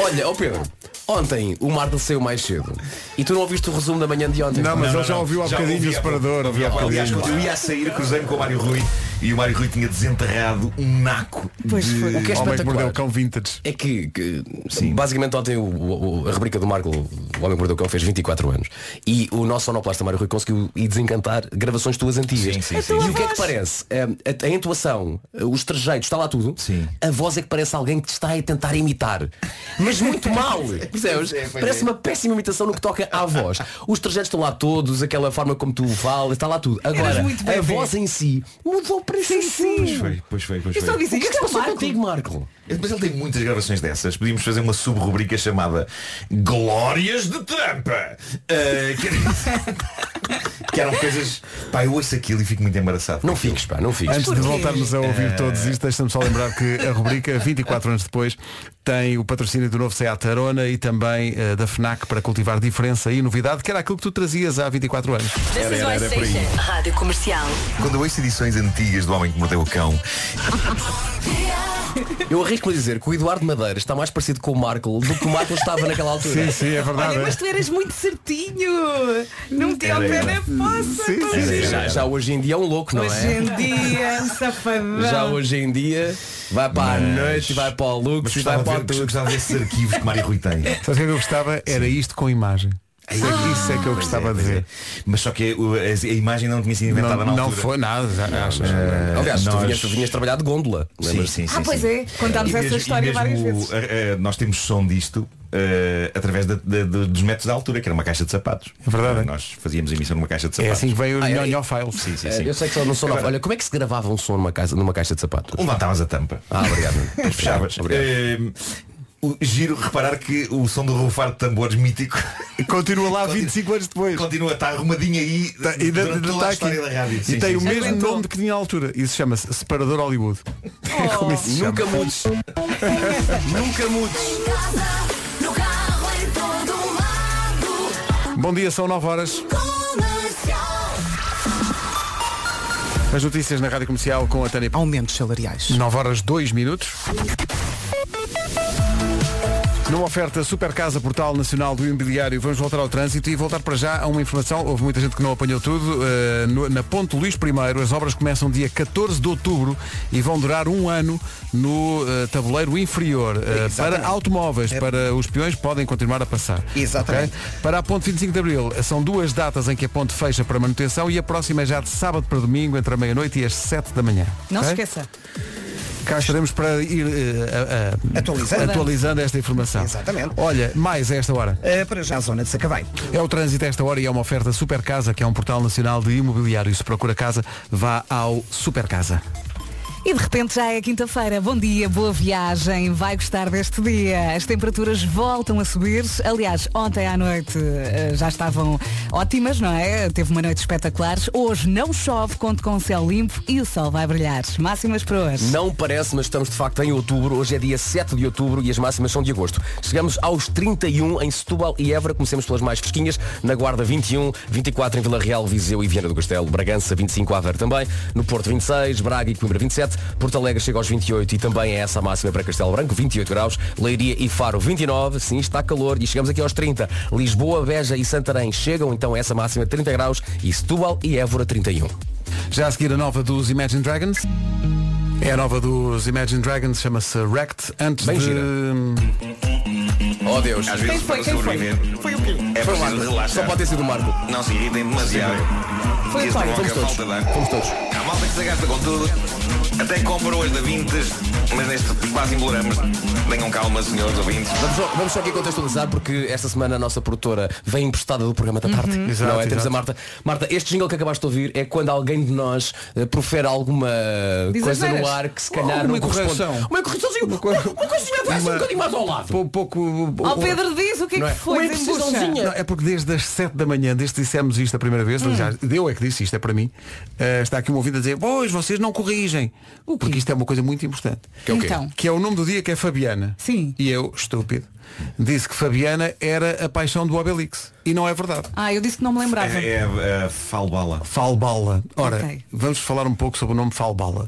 S7: Olha, ó Pedro, ontem o Marta saiu mais cedo e tu não ouviste o resumo da manhã de ontem.
S1: Não, mas ele já ouviu há bocadinho o separador, ouviu há
S15: Aliás,
S1: bocadinho.
S15: quando eu ia a sair, cruzei-me com o Mário Rui e o Mário Rui tinha desenterrado um naco. de...
S7: O que é
S1: Homem que
S7: espetacular
S1: mordeu o cão vintage.
S7: é que, que, basicamente ontem o- o- o- a rubrica do Marco, o Homem que Mordeu o Cão, fez 24 anos e o nosso sonoplasta Mário Rui conseguiu ir desencantar gravações tuas antigas.
S15: sim, sim.
S7: E o que é que parece? É, A, a entoação, os trejeitos, está lá tudo. A voz é que parece alguém que te está a tentar imitar. Mas muito mal. Percebes?
S15: Pois é, pois é.
S7: Parece uma péssima imitação no que toca à voz. Os trejeitos estão lá todos, aquela forma como tu falas, está lá tudo. Agora,
S3: muito
S7: a
S3: bebê.
S7: voz em si mudou para sim,
S15: Pois foi, pois foi, pois
S3: Eu só
S15: foi.
S3: disse,
S7: O que é que
S3: isto é
S7: se
S3: o
S7: passou
S3: Marco.
S7: contigo, Marco?
S15: Mas ele tem muitas gravações dessas. Podíamos fazer uma sub-rubrica chamada Glórias de Trampa. Ah, que... que eram coisas. Pá, eu ouço aquilo e fico muito embaraçado.
S7: Não fiques, pá, não fiques.
S1: Antes de
S7: Porquê?
S1: voltarmos a ouvir todos isto, deixa-me só lembrar que a rubrica 24 anos depois tem o patrocínio do novo Seat Arona e também eh, da FNAC para cultivar diferença e novidade, que era aquilo que tu trazias há 24 anos.
S8: This
S15: Era,
S8: is
S15: era,
S8: my
S15: era por aí.
S8: station. Rádio Comercial.
S15: Quando eu ouço edições antigas do Homem que Mordeu o Cão,
S7: Eu arrisco-me a dizer que o Eduardo Madeira está mais parecido com o Marco do que o Marco estava naquela altura.
S1: Sim, sim, é verdade.
S3: Olha,
S1: é.
S3: mas tu eras muito certinho. Não tinha ao
S7: Era,
S3: pé da
S7: era.
S3: poça.
S1: Sim,
S3: pois
S1: sim,
S3: é.
S7: Já, já hoje em dia é um louco, não
S3: Hoje
S7: é?
S3: em dia, um safadão.
S7: Já hoje em dia vai para a noite, vai para o
S15: mas
S7: luxo, e vai
S15: gostava de
S7: para o
S15: ver,
S7: tudo.
S15: gostava desses arquivos que Mário Rui tem.
S1: Sabes o que é que eu gostava? Era isto com imagem. Isso é, que- isso é que eu
S15: Pois
S1: gostava
S15: é,
S1: de
S15: pois
S1: ver.
S15: é. Mas só que o- a, a imagem não tinha sido inventada
S1: Não,
S15: na
S1: não
S15: altura.
S1: foi nada, já achas?
S15: Eh,
S7: Aliás, tu
S15: nós-
S7: vinhas, tu vinhas trabalhar de gôndola.
S15: Sim,
S7: lembras?
S15: sim, sim,
S3: Ah, pois
S15: sim.
S3: é. Contámos
S15: E
S3: essa
S15: mesmo-
S3: história
S15: e mesmo,
S3: várias vezes.
S15: eh, eh, nós temos som disto eh, através da- da- da- dos metros da altura, que era uma caixa de sapatos.
S1: É verdade.
S15: Eh, Nós fazíamos emissão numa caixa de
S1: É
S15: sapatos.
S1: assim que veio o
S7: Ah, é?
S1: Nhonho Files.
S15: Sim, sim,
S7: Eh,
S15: sim.
S7: Eu sei que só não sou nova. Olha, como é que se gravava um som numa, casa, numa caixa de sapatos?
S15: Levantavas Um a tampa.
S7: Ah, obrigado.
S15: Fechavas.
S7: Obrigado.
S15: Eh, o giro reparar que o som do rufar de tambores mítico
S1: Continua lá 25 anos depois.
S15: continua, está arrumadinho aí
S1: Tá- e ainda-
S15: durante
S1: ainda
S15: toda
S1: tá
S15: a
S1: aqui.
S15: história da rádio.
S1: E
S15: Sim,
S1: tem
S15: sim,
S1: o
S15: sim.
S1: mesmo
S3: Aguentou.
S1: nome que tinha à altura. Isso chama-se Separador Hollywood. É como isso se chama.
S7: Nunca mudes. Nunca mudes.
S4: No carro, em todo lado.
S1: Bom dia, são 9 horas.
S4: Comercial.
S1: As notícias na Rádio Comercial com a Tânia P.
S12: Aumentos salariais.
S1: 9 horas 2 minutos. Numa oferta Super Casa Portal Nacional do Imobiliário, vamos voltar ao trânsito e voltar para já a uma informação. Houve muita gente que não apanhou tudo. Eh, no- na Ponte Luís I, as obras começam dia 14 de outubro e vão durar um ano no eh, tabuleiro inferior. Eh, para
S6: Exatamente.
S1: automóveis, para os peões, podem continuar a passar.
S6: Exatamente.
S1: Ok? Para a ponte 25 de Abril, são duas datas em que a ponte fecha para manutenção e a próxima é já de sábado para domingo, entre a meia-noite e as 7 da manhã.
S3: Não se
S1: Ok?
S3: esqueça.
S1: Cá estaremos para ir eh, a- a-
S6: Atualizando.
S1: atualizando esta informação.
S6: Exatamente.
S1: Olha, mais a esta hora.
S6: Eh, para já a zona de Sacavém.
S1: É o trânsito a esta hora e é uma oferta Super Casa, que é um portal nacional de imobiliário. Se procura casa, vá ao Super Casa.
S3: E de repente já é quinta-feira. Bom dia, boa viagem. Vai gostar deste dia. As temperaturas voltam a subir. Aliás, ontem à noite eh, já estavam ótimas, não é? Teve uma noite espetacular. Hoje não chove, conto com céu limpo e o sol vai brilhar. Máximas para hoje.
S7: Não parece, mas estamos de facto em outubro. Hoje é dia 7 de outubro e as máximas são de agosto. Chegamos aos 31 em Setúbal e Évora. Comecemos pelas mais fresquinhas. Na Guarda 21, 24 em Vila Real, Viseu e Viana do Castelo. Bragança 25, Aveiro também. No Porto 26, Braga e Coimbra 27. Porto Alegre chega aos 28 e também é essa a máxima para Castelo Branco, 28 graus. Leiria e Faro 29. Sim, está calor e chegamos aqui aos 30. Lisboa, Beja e Santarém chegam então a essa máxima 30 graus e Setúbal e um. Évora 31.
S1: Já a seguir a nova dos Imagine Dragons. É a nova dos Imagine Dragons, chama-se Wrecked. Antes
S7: Bem
S1: de...
S7: gira. Oh Deus.
S15: Às vezes para sobreviver é
S7: Foi o
S15: preciso
S7: Marco.
S15: relaxar.
S7: Só pode ter sido o Marco.
S15: Não se irritem demasiado.
S7: Foi o
S15: Isto
S7: António.
S15: provoca
S7: Fomos todos.
S15: falta de ar. Há malta que se gasta com tudo. Até compram hoje da Vintes, mas neste quase embolamos. Tenham calma, senhores ouvintes.
S7: Vamos só, vamos só aqui contextualizar porque esta semana a nossa produtora vem emprestada do programa da tarde.
S1: Uhum.
S7: Não
S1: Exato,
S7: é? Temos
S1: exato.
S7: a Marta. Marta, este jingle que acabaste de ouvir é quando alguém de nós eh, profere alguma
S1: Diz
S7: coisa no
S1: asneiras.
S7: ar que se calhar
S1: Alguma
S7: não corresponde.
S1: correção.
S7: Uma correçãozinha, uma coisinha vai assim um
S1: Uma-
S7: bocadinho mais ao lado.
S1: Pou- Pouco...
S3: Ó Pedro, diz o que é
S1: Não
S3: que foi. desembucha.
S1: Não, é porque desde as 7 da manhã, desde que dissemos isto a primeira vez,
S3: Hum.
S1: aliás, deu é que disse isto, é para mim, eh, está aqui um ouvido a dizer, pois vocês não corrigem. O Porque isto é uma coisa muito importante.
S3: Que é o quê? Então.
S1: Que é o nome do dia que é Fabiana.
S3: Sim.
S1: E eu, estúpido, disse que Fabiana era a paixão do Obelix. E não é verdade.
S3: Ah, eu disse que não me lembrava.
S15: Falbala.
S1: Falbala. Ora,
S3: Ok.
S1: vamos falar um pouco sobre o nome Falbala.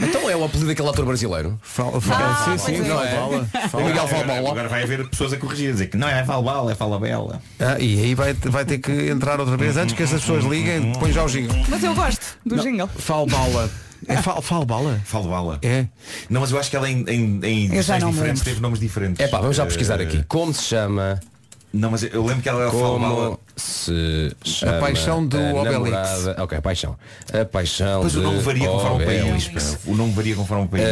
S7: Então é o apelido daquele ator brasileiro.
S1: Fal,
S15: Ah,
S1: sim,
S15: pois
S1: sim,
S15: é.
S1: Falbala.
S15: Agora- Agora, agora vai haver pessoas a corrigir, a dizer que não é Falbala, é Falabella.
S1: Ah, e aí vai, vai ter que entrar outra vez antes que essas pessoas liguem, depois já o jingle.
S3: Mas eu gosto do
S1: Ah,
S3: jingle.
S1: Falbala. É fal, Falbala?
S15: Falbala.
S1: É.
S15: Não, mas eu acho que ela em, em, em
S7: Eu já
S15: edições
S7: não me
S15: diferentes
S7: lembro.
S15: teve nomes diferentes.
S7: É pá, vamos já pesquisar
S15: Eh,
S7: aqui. Como se chama?
S15: Não, mas eu lembro que ela era Falbala.
S7: Como se chama
S15: A paixão do
S7: a
S15: Obelix.
S7: namorada- Ok, a paixão. A paixão
S15: Pois
S7: de
S15: o nome varia conforme o país.
S7: Obelix.
S1: um
S15: pá. O nome varia conforme o país.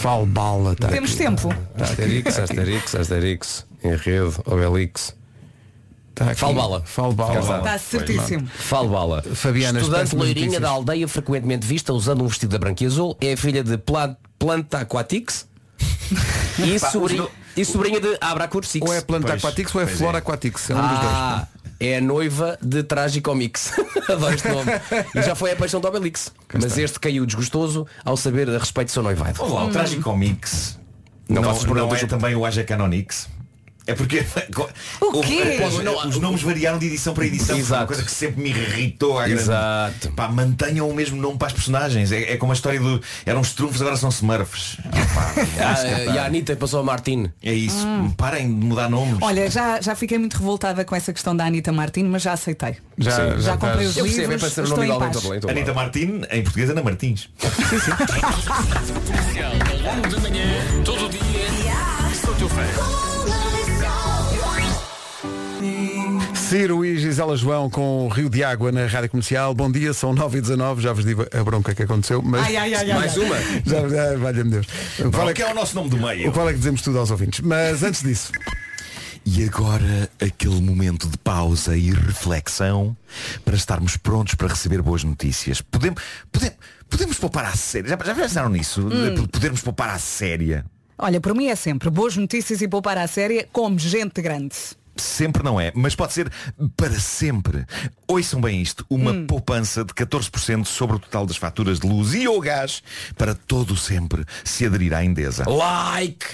S1: Falbala, tá
S3: Temos tempo.
S7: Asterix, Asterix, Asterix, Enredo, Obelix.
S1: Tá
S7: Falbala.
S1: Falbala.
S3: Está certíssimo.
S7: Falbala.
S1: Fabiana,
S7: Estudante
S1: espécie de
S7: loirinha
S1: notícias.
S7: da aldeia, frequentemente vista usando um vestido da branca e azul, é filha de pla- Planta Aquatics e,
S1: Pá,
S7: sobri-
S1: os no-
S7: e sobrinha de Abracursix.
S1: Ou é Planta
S7: Pois,
S1: Aquatics ou é
S7: pois
S1: Flora Aquatics. É um dos dois.
S7: Ah, é a noiva de Tragicomix. Adoro este nome. E já foi a paixão do Obelix. Mas este caiu desgostoso ao saber a respeito do seu noivado.
S15: Olá, o Tragicomix.
S7: Não
S15: Não, não,
S7: faças perguntas,
S15: é
S7: eu-
S15: também o Aja Canonix. É porque
S7: O
S15: houve-
S7: quê?
S15: os,
S7: Não,
S15: os nomes variaram de edição para edição. Exato. Uma coisa que sempre me irritou à grande.
S7: Exato.
S15: Pá, mantenham o mesmo nome para as personagens. É, é como a história do. Eram os trunfos, agora são smurfs. Ah, pá,
S7: e a Anitta passou a Martin.
S15: É isso. Parem de mudar nomes.
S3: Olha, já, já fiquei muito revoltada com essa questão da Anitta Martins, mas já aceitei. já,
S1: tá
S3: comprei os
S7: é
S3: livros,
S7: um
S3: estou em paz.
S15: Anitta Martin, em português Ana Martins.
S14: De manhã, todo dia, sou teu
S1: Ciro e Gisela João com o Rio de Água na Rádio Comercial. Bom dia, são 9 e 19 já vos digo a bronca que aconteceu. Mas...
S15: Ai, ai, ai, ai, Mais ai. uma?
S1: Já, ai, valha-me Deus.
S15: Qual é que é o nosso nome do meio?
S1: O qual é que dizemos tudo aos ouvintes? Mas antes disso.
S15: E agora aquele momento de pausa e reflexão para estarmos prontos para receber boas notícias. Podemos, podemos, podemos poupar à séria. Já, já pensaram nisso?
S3: Hum.
S15: De Podermos poupar à séria.
S3: Olha, por mim é sempre boas notícias e poupar à séria como gente grande.
S15: Sempre não é, mas pode ser para sempre. Ouçam bem isto, uma poupança de 14% sobre o total das faturas de luz e ou gás para todo o sempre se aderir à Endesa.
S7: Like!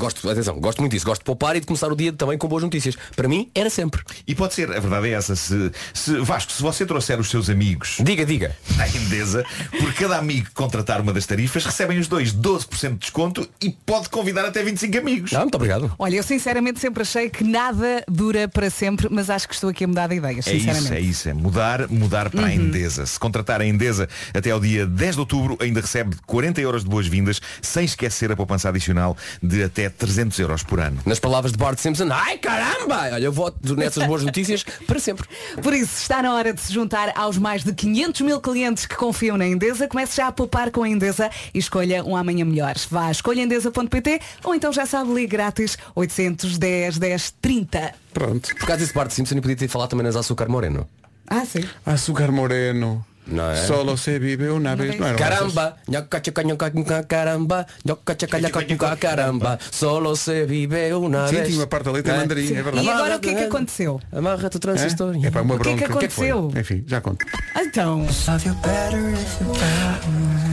S7: Gosto, atenção, gosto muito disso. Gosto de poupar e de começar o dia também com boas notícias. Para mim, era sempre.
S15: E pode ser, a verdade é essa, se, se- Vasco, se você trouxer os seus amigos
S7: Diga, diga
S15: à Endesa, por cada amigo que contratar uma das tarifas, recebem os dois 12% de desconto e pode convidar até 25 amigos.
S7: muito obrigado.
S3: Olha, eu sinceramente sempre achei que nada dura para sempre, mas acho que estou aqui a mudar de ideias,
S15: É isso, é
S3: sinceramente. Uhum.
S15: isso, é mudar, mudar para a Endesa. Se contratar a Endesa até ao dia 10 de outubro, ainda recebe 40 euros de boas-vindas, sem esquecer a poupança adicional de até 300 euros por ano.
S7: Nas palavras de Bart Simpson, ai caramba! Olha, eu voto nessas boas notícias para sempre.
S3: Por isso, está na hora de se juntar aos mais de 500 mil clientes que confiam na Endesa. Comece já a poupar com a Endesa e escolha um amanhã melhor. Vá a escolhaendesa.pt ou então já sabe, ligue grátis 810 10 30.
S1: Pronto.
S7: Por causa desse Bart Simpson, eu podia ter falado também nas Açúcar Moreno.
S3: Ah, sim.
S1: Açúcar Moreno.
S7: Não é?
S1: Solo se viveu na
S3: é
S1: vez. Não um eram
S7: Caramba, nhoca chaca nhoca nhoca caramba, nhoca chaca nhoca nhoca caramba, solo se vive uma
S1: Sim,
S7: vez.
S1: tinha uma parte da letra em
S7: Não
S1: mandarim, é verdade.
S3: E agora o que é que aconteceu?
S7: Amarra-te o
S1: essas.
S7: transistor.
S1: É, é para uma
S3: O que é que
S1: bronca. foi?
S3: aconteceu?
S1: Enfim, já conto.
S3: Então.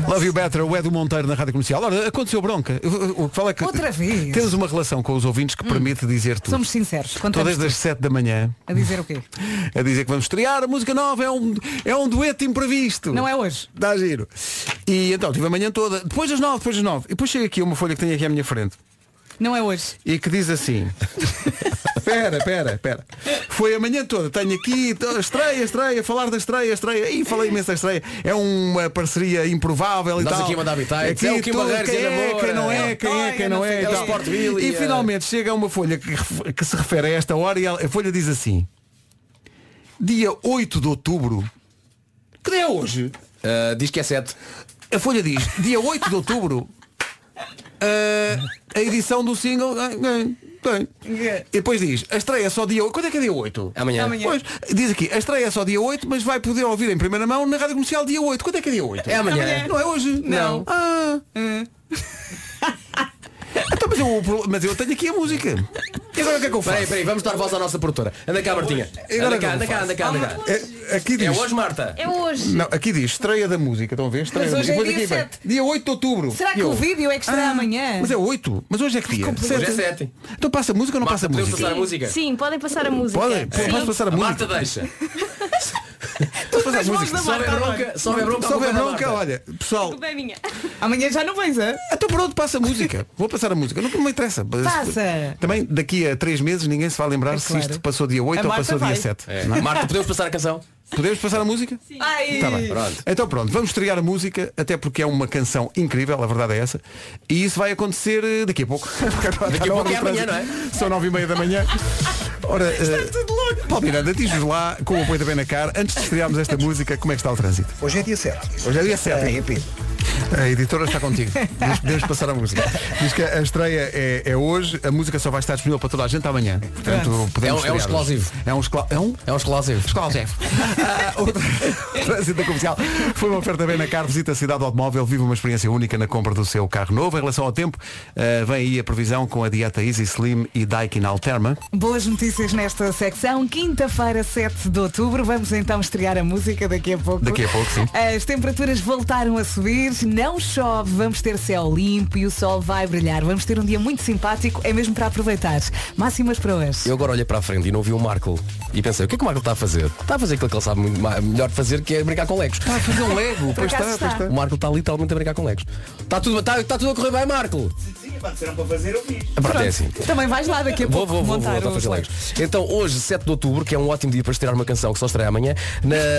S1: Love You Better, o Edu Monteiro na Rádio Comercial. Ora, aconteceu bronca. Eu- eu- O que fala é que
S3: Outra vez. Hum.
S1: temos uma relação com os ouvintes que permite dizer tudo.
S3: Somos sinceros.
S1: Estou
S3: Contamos
S1: desde as 7 da manhã
S3: a dizer o quê?
S1: a dizer que vamos estrear a música nova, é um, é um dueto imprevisto.
S3: Não é hoje.
S1: Dá giro. E então, tive a manhã toda, depois das 9, depois das 9. E depois chega aqui uma folha que tenho aqui à minha frente.
S3: Não é hoje.
S1: E que diz assim. Pera, pera, pera. Foi a manhã toda. Tenho aqui to- estreia, estreia, falar da estreia, estreia. E falei imenso da estreia. É uma parceria improvável e
S7: Nós
S1: tal.
S7: aqui a mandar habitar.
S1: Aqui
S7: É o Kim
S1: tudo,
S7: Barreiros
S1: quem
S7: e a
S1: é,
S7: Namora.
S1: quem não
S7: É
S1: é,
S7: o
S1: quem é,
S7: Toia,
S1: quem
S7: não
S1: não
S7: sei
S1: é. e
S7: quem. É o
S1: tal.
S7: Sport Bill
S1: E
S7: e a-
S1: finalmente chega uma folha que, ref- que se refere a esta hora e ela- a folha diz assim. Dia 8 de outubro. Que dia é hoje?
S7: Ah, diz que é 7.
S1: A Folha diz, dia 8 de outubro, eh, a edição do single. eh, eh, tem. E depois diz, a estreia é só dia 8. Quando é que é dia 8?
S7: Amanhã. Amanhã.
S1: Pois, diz aqui, a estreia é só dia 8, mas vai poder ouvir em primeira mão na Rádio Comercial dia 8. Quando é que é dia 8?
S7: É amanhã. Amanhã.
S1: Não é hoje?
S7: Não.
S1: Ah. Então, mas, eu, o pro- mas eu tenho aqui a música. E agora o que é que eu faço?
S7: Peraí, peraí, vamos dar voz à nossa produtora. Anda cá, Martinha.
S1: E agora
S7: Anda cá,
S1: o que
S7: anda
S1: é que eu
S7: cá, anda cá, anda cá.
S1: faço? É, aqui diz,
S7: É hoje, Marta?
S11: É hoje.
S1: Não, aqui diz, estreia da música, estão a ver? Estreia
S3: Mas
S1: da
S3: hoje
S1: música.
S3: é
S1: Depois
S3: dia
S1: aqui vem,
S3: 7.
S1: dia 8 de outubro.
S3: Será que
S1: E eu,
S3: o vídeo é que estreia amanhã?
S1: Mas é 8. Mas hoje é que dia?
S3: complicado.
S7: Hoje é sete.
S1: Então passa música ou não passa
S7: podemos
S1: música?
S7: passar a música?
S11: Sim, podem passar a música.
S1: Pode?
S11: Sim.
S1: Pode- Posso passar a música?
S7: Marta deixa.
S1: Posso passar a
S3: nas mãos
S1: música?
S3: da
S1: Só
S3: Marta
S1: é
S3: agora.
S1: bronca, só é bronca,
S7: Só
S1: só é
S7: é da
S1: bronca,
S7: Marta.
S1: olha. Pessoal,
S11: Culpa é minha.
S3: Amanhã já não vens, é?
S1: então pronto, passa a música. Vou passar a música. Não não me interessa.
S3: Passa.
S1: Também daqui a 3 meses ninguém se vai lembrar
S3: É
S1: se
S3: claro.
S1: isto passou dia 8
S3: A
S1: ou
S3: Marta
S1: passou dia
S3: vai.
S1: 7.
S7: É. Marta, podemos passar a canção?
S1: Podemos passar a música?
S3: Ai.
S1: Tá bem.
S7: Pronto.
S1: Então pronto, vamos estrear a música, até porque é uma canção incrível, a verdade é essa. E isso vai acontecer eh, daqui a pouco. Porque agora
S7: Daqui
S1: está
S7: a pouco
S1: nove
S7: é
S1: e treze.
S7: amanhã,
S1: São nove e meia da manhã. Ora, eh, Paulo Miranda, diz-nos lá, com o apoio da Benacar, antes de estrearmos esta música, como é que está o trânsito?
S6: Hoje é dia 7.
S1: Hoje é dia 7.
S6: É, EP.
S1: A editora está contigo. Diz- Podemos passar a música. Diz que a estreia é, é hoje, a música só vai estar disponível para toda a gente amanhã. Portanto, podemos
S7: É um- é
S1: estrear
S7: um
S1: hoje.
S7: exclusivo.
S1: É um, exclu- é um
S7: É um exclusivo.
S1: Exclusive. Ah, o tr- trânsito da comercial foi uma oferta bem na car. Visita a cidade do automóvel, vive uma experiência única na compra do seu carro novo. Em relação ao tempo, ah, vem aí a previsão com a dieta Easy Slim e Daikin Alterma.
S3: Boas notícias nesta secção. Quinta-feira, 7 de outubro. Vamos então estrear a música daqui a pouco.
S1: Daqui a pouco, sim.
S3: As temperaturas voltaram a subir. Não chove. Vamos ter céu limpo e o sol vai brilhar. Vamos ter um dia muito simpático. É mesmo para aproveitar. Máximas para hoje.
S7: Eu agora olhei para a frente e não vi o Marco e pensei, o que é que o Marco está a fazer? Está a fazer aquilo que ele sabe muito ma- melhor fazer, que é brincar com legos. Está a fazer um lego,
S3: pois acaso está, pois está.
S7: O Marco está literalmente a brincar com legos. Está tudo, está, está tudo a correr bem, Marco.
S13: para fazer, eu fiz.
S7: Pronto, é assim.
S3: Também vais lá daqui a
S7: Vou,
S3: pouco
S7: vou, vou, vou,
S3: montar
S1: tá
S7: voltar a
S3: os
S7: fazer
S3: legos.
S7: legos. Então hoje, 7 de outubro, que é um ótimo dia para estrear uma canção que só estreia amanhã,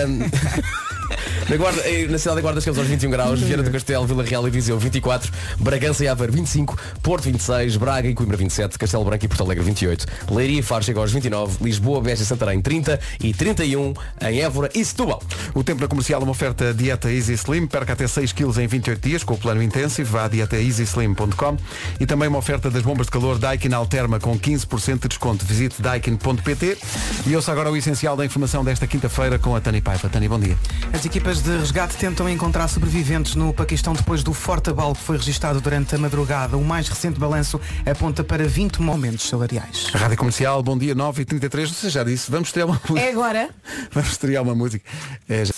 S7: na, na, Guarda- eh, na cidade da Guarda chegamos aos 21 graus, Vieira do Castelo, Vila Real e Viseu 24, Bragança e Aveiro 25, Porto 26, Braga e Coimbra 27, Castelo Branco e Porto Alegre 28, Leiria e Faro chega aos 29, Lisboa, Beja e Santarém 30 e 31 em Évora e Setúbal.
S1: O tempo na comercial é uma oferta Dieta Easy Slim. Perca até 6 kg em 28 dias com o plano intensivo. Vá a dietaeasyslim.com e também uma oferta das bombas de calor Daikin Alterma com 15% de desconto. Visite daikin.pt e ouça agora o essencial da informação desta quinta-feira com a Tani Paiva. Tani, bom dia.
S12: As equipas de resgate tentam encontrar sobreviventes no Paquistão depois do forte abalo que foi registado durante a madrugada. O mais recente balanço aponta para 20 aumentos salariais.
S1: Rádio Comercial, bom dia 9 e 33 Você já disse, vamos estrear uma música.
S3: É agora.
S1: Vamos estrear uma música. É já.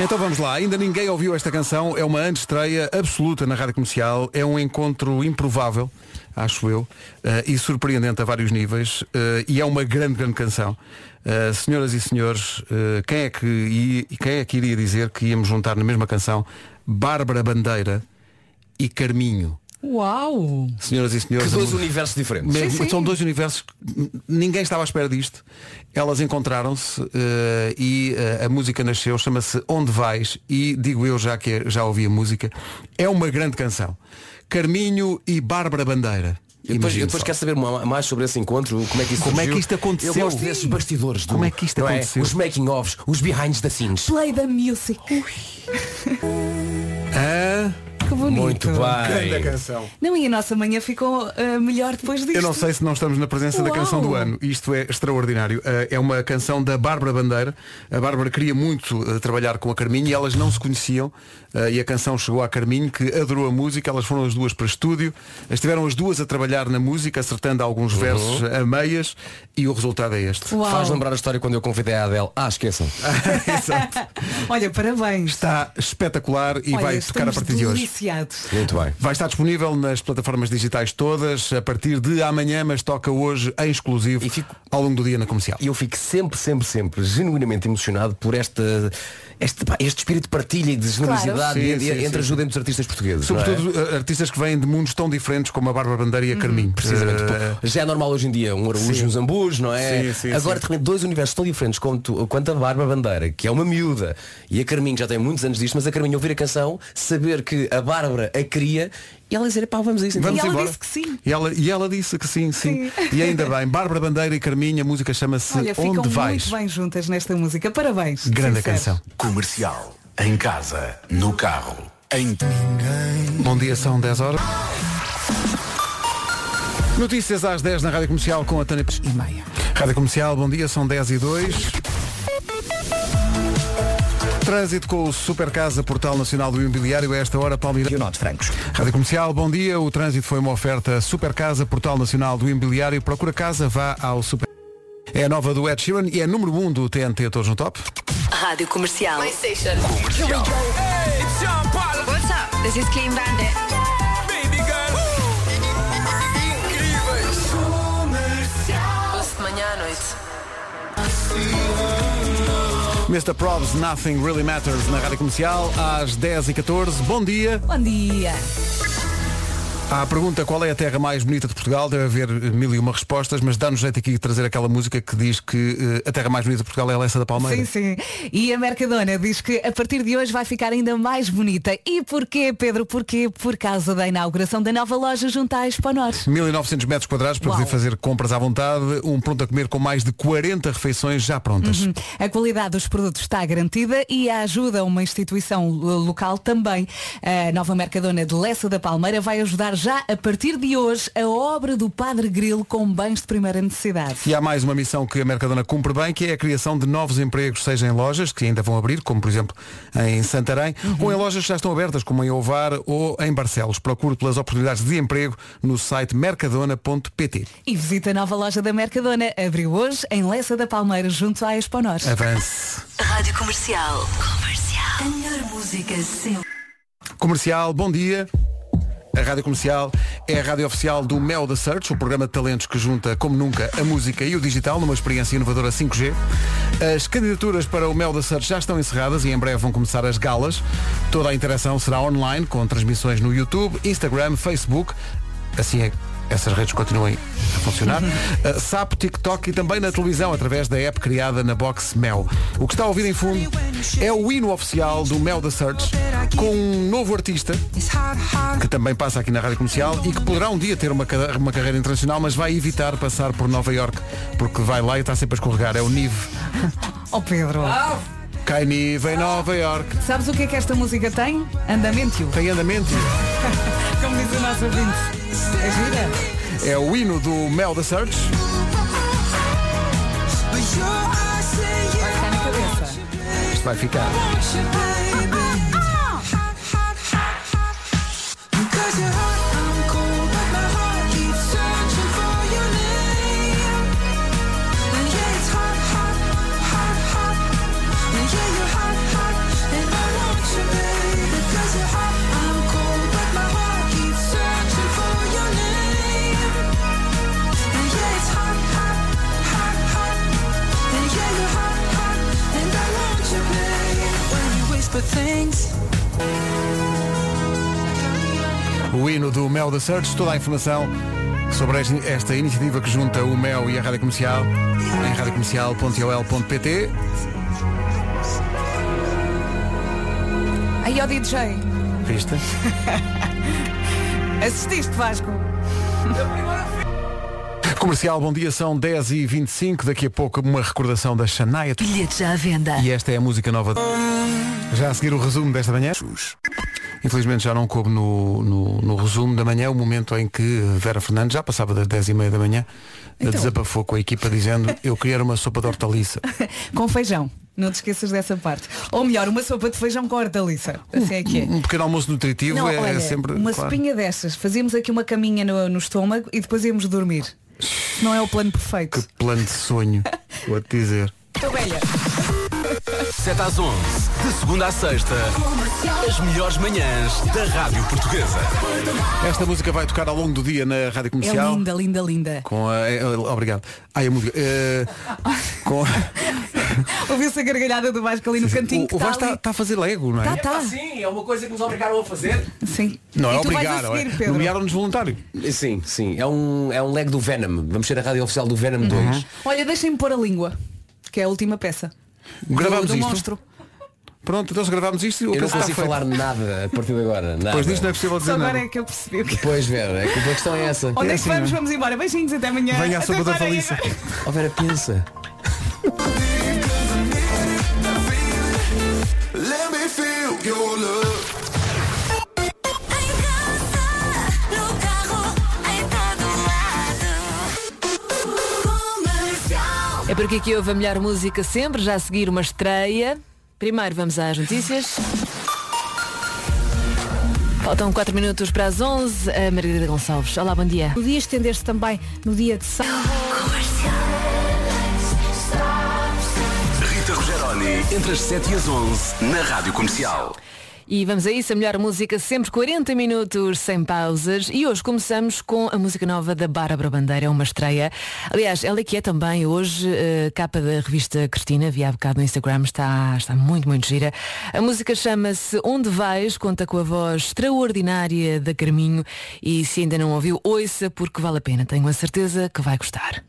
S1: Então vamos lá, ainda ninguém ouviu esta canção, é uma antestreia absoluta na rádio comercial, é um encontro improvável, acho eu, eh, e surpreendente a vários níveis, eh, e é uma grande, grande canção. Eh, senhoras e senhores, eh, quem, é que, i- e quem é que iria dizer que íamos juntar na mesma canção Bárbara Bandeira e Carminho?
S3: Uau!
S1: Senhoras e senhores,
S7: Que
S1: a
S7: dois
S1: música-
S7: universos diferentes.
S1: mesmo,
S3: Sim, sim.
S1: São dois universos que n- ninguém estava à espera disto. Elas encontraram-se eh, e eh, a música nasceu, chama-se Onde Vais e digo eu já que já ouvi a música, é uma grande canção. Carminho e Bárbara Bandeira.
S7: Eu depois, eu
S1: Imagine
S7: depois
S1: só.
S7: quero saber ma- mais sobre esse encontro, como é que isso
S1: Como é
S7: surgiu.
S1: que isto aconteceu?
S7: Eu gosto desses
S1: Sim.
S7: bastidores. Do,
S1: Como é que isto
S7: não
S1: aconteceu?
S7: Os making-ofs, os behinds the scenes.
S3: Play the music.
S1: A
S3: Que bonito.
S7: Muito bem.
S1: Grande canção.
S3: Não, e a nossa manhã ficou ah, melhor depois disto.
S1: Eu não sei se não estamos na presença da
S3: Uau!
S1: canção do ano. Isto é extraordinário. Eh, é uma canção da Bárbara Bandeira. A Bárbara queria muito eh, trabalhar com a Carminho e elas não se conheciam. Eh, e a canção chegou à Carminho, que adorou a música. Elas foram as duas para estúdio. Estiveram as duas a trabalhar na música, acertando alguns versos a meias. E o resultado é este.
S3: Uau.
S7: Faz lembrar a história quando eu convidei a Adele. Ah, esqueçam.
S3: Olha, parabéns.
S1: Está espetacular e
S3: Olha,
S1: vai tocar a
S3: estamos
S1: partir de hoje.
S3: deliciados.
S7: Muito bem.
S1: Vai estar disponível nas plataformas digitais todas a partir de amanhã, mas toca hoje em exclusivo ao longo do dia na comercial.
S7: E eu fico sempre, sempre, sempre genuinamente emocionado por esta, este, pá, este espírito de partilha e de generosidade
S1: Sim,
S7: e-
S1: sim,
S7: e- entre
S1: sim.
S7: ajuda entre os artistas portugueses. não é?
S1: Sobretudo eh, artistas que vêm de mundos tão diferentes como a Bárbara Bandeira e a Carminho.
S7: Precisamente.
S1: Eh,
S7: Pô, Já é normal hoje em dia um Araújo
S1: Sim.
S7: e um Zambujo, não é?
S1: Sim, sim,
S7: Agora,
S1: sim.
S7: de repente, dois universos tão diferentes quanto, quanto a Bárbara Bandeira, que é uma miúda, e a Carminho já tem muitos anos disto, mas a Carminho ouvir a canção, saber que a Bárbara a queria, e ela dizer, pá, vamos a isso. então."
S1: Vamos embora. E ela, e ela disse que sim, sim.
S3: Sim.
S1: E ainda bem, Bárbara Bandeira e Carminho, a música chama-se
S3: Olha, ficam
S1: Onde Vais.
S3: muito bem juntas nesta música. Parabéns.
S1: Grande
S3: Sincero.
S1: canção.
S10: Comercial. Em casa, no carro, em
S1: Bom dia, são 10 horas. Notícias às 10 na Rádio Comercial com a Tânia Pes-
S12: e meia.
S1: Rádio Comercial, bom dia, são 10 e 2. Trânsito com o Super Casa, Portal Nacional do Imobiliário, a esta hora, Palmeira.
S6: Leonardo Francos.
S1: Rádio Comercial, bom dia. O trânsito foi uma oferta Super Casa, Portal Nacional do Imobiliário. Procura casa, vá ao Super. É a nova do Ed Sheeran e é número 1 um do TNT Todos no Top.
S9: Rádio Comercial.
S8: PlayStation. Here we go. What's up? This is Clean Bandit. Baby girl. Incríveis. Doce de manhã à noite.
S1: Mr. Probs, Nothing Really Matters na Rádio Comercial, às 10h14. Bom dia.
S3: Bom dia.
S1: Há a pergunta qual é a terra mais bonita de Portugal. Deve haver eh, mil e uma respostas, mas dá-nos jeito aqui de trazer aquela música que diz que eh, a terra mais bonita de Portugal é a Lessa da Palmeira.
S3: Sim, sim. E a Mercadona diz que a partir de hoje vai ficar ainda mais bonita. E porquê, Pedro? Porquê? Por causa da inauguração da nova loja junto à Expo Norte.
S1: 1900 metros quadrados para
S3: Uau.
S1: poder fazer compras à vontade, um pronto a comer com mais de 40 refeições já prontas.
S3: Uhum. A qualidade dos produtos está garantida e a ajuda a uma instituição lo- local também. A nova Mercadona de Lessa da Palmeira vai ajudar já a partir de hoje a obra do Padre Grilo com bens de primeira necessidade.
S1: E há mais uma missão que a Mercadona cumpre bem, que é a criação de novos empregos, seja em lojas que ainda vão abrir, como por exemplo em Santarém, ou em lojas que já estão abertas, como em Ovar ou em Barcelos. Procure pelas oportunidades de emprego no site mercadona.pt.
S3: E visita a nova loja da Mercadona. Abriu hoje em Lessa da Palmeira junto à Expo Norte.
S1: Avance.
S9: Rádio Comercial. Comercial. A melhor música sempre.
S1: Comercial, bom dia. A Rádio Comercial é a rádio oficial do Mel da Search, o programa de talentos que junta, como nunca, a música e o digital numa experiência inovadora 5G. As candidaturas para o Mel da Search já estão encerradas e em breve vão começar as galas. Toda a interação será online, com transmissões no YouTube, Instagram, Facebook. Assim é essas redes continuem a funcionar. Uh, Sapo, TikTok e também na televisão, através da app criada na box Mel. O que está a ouvir em fundo é o hino oficial do Mel da Search, com um novo artista, que também passa aqui na Rádio Comercial e que poderá um dia ter uma, ca- uma carreira internacional, mas vai evitar passar por Nova York, porque vai lá e está sempre a escorregar. É o Nive.
S3: Oh Pedro.
S1: Cai Nive em Nova York.
S3: Sabes o que é que esta música tem? Andamento.
S1: Tem andamento.
S3: É Como diz o nosso ouvinte. É gira?
S1: É o hino do Mel da Search.
S3: Vai ficar na cabeça.
S1: Isto vai ficar. O hino do Mel da Search, toda a informação sobre es- esta iniciativa que junta o Mel e a Rádio Comercial em radiocomercial.ol.pt
S3: Aí ó DJ.
S1: Viste?
S3: Assististe Vasco.
S1: Comercial, bom dia, são 10 e 25 daqui a pouco uma recordação da Shania
S9: Bilhetes já à venda.
S1: e esta é a música nova. Já a seguir o resumo desta manhã. Infelizmente já não coube no, no, no resumo da manhã, o momento em que Vera Fernandes, já passava das 10 e meia da manhã,
S3: Então.
S1: desabafou com a equipa dizendo eu queria uma sopa de hortaliça.
S3: Com feijão. Não te esqueças dessa parte. Ou melhor, uma sopa de feijão com hortaliça. Assim é que é.
S1: Um pequeno almoço nutritivo
S3: Não,
S1: é, é
S3: olha,
S1: sempre.
S3: uma
S1: claro.
S3: sopinha dessas. Fazíamos aqui uma caminha no, no estômago e depois íamos dormir. Não é o plano perfeito.
S1: Plano de sonho, vou-te dizer.
S3: Estou velha.
S18: 7 às 11, de segunda à sexta, as melhores manhãs da Rádio Portuguesa.
S1: Esta música vai tocar ao longo do dia na Rádio
S3: É
S1: Comercial.
S3: linda, linda, linda.
S1: com a, eh, obrigado. Ai, a música. eh, com,
S3: Ouviu-se a gargalhada do Vasco ali no cantinho.
S1: o Vasco está
S3: está
S1: está a fazer lego, não é?
S3: Tá, tá.
S7: Sim, é uma coisa que nos obrigaram a fazer.
S3: Sim.
S1: Não é
S7: E tu vais a
S1: obrigado,
S7: seguir,
S1: é?
S7: Pedro.
S1: nomearam-nos voluntário.
S7: Sim, sim. É um, é um leg do Venom. Vamos ser a rádio oficial do Venom 2.
S3: Olha, deixem-me pôr a língua, que é a última peça.
S1: Gravamos
S3: do, do
S1: isto?
S3: monstro.
S1: Pronto, então se gravámos isto, o
S7: Eu não
S1: pensamento está
S7: consigo
S1: feito.
S7: falar nada a partir de agora. Nada.
S1: Depois disto não é possível dizer
S3: Só agora
S1: nada. assim,
S3: é que eu percebi. o que-
S7: Depois, Vera, é que a questão é essa.
S3: Onde é que
S1: né?
S3: vamos? Vamos embora. Beijinhos, até amanhã.
S7: Venha à
S3: Até é
S7: sopa da
S3: amanhã.
S7: Faliça. Ó Vera, pensa.
S19: Let me feel your love.
S12: É porque aqui houve a melhor música sempre, já a seguir uma estreia. Primeiro vamos às notícias. Faltam 4 minutos para as 11. A Margarida Gonçalves. Olá, bom dia.
S14: Podia estender-se também no dia de sábado.
S18: Rita Rogeroni, entre as 7 e as 11, na Rádio Comercial.
S12: E vamos a isso, a melhor música sempre, 40 minutos sem pausas. E hoje começamos com a música nova da Bárbara Bandeira, é uma estreia. Aliás, ela que é também hoje eh, capa da revista Cristina, vi há bocado no Instagram, está, está muito, muito gira. A música chama-se Onde Vais, conta com a voz extraordinária da Carminho. E se ainda não ouviu, ouça porque vale a pena, tenho a certeza que vai gostar.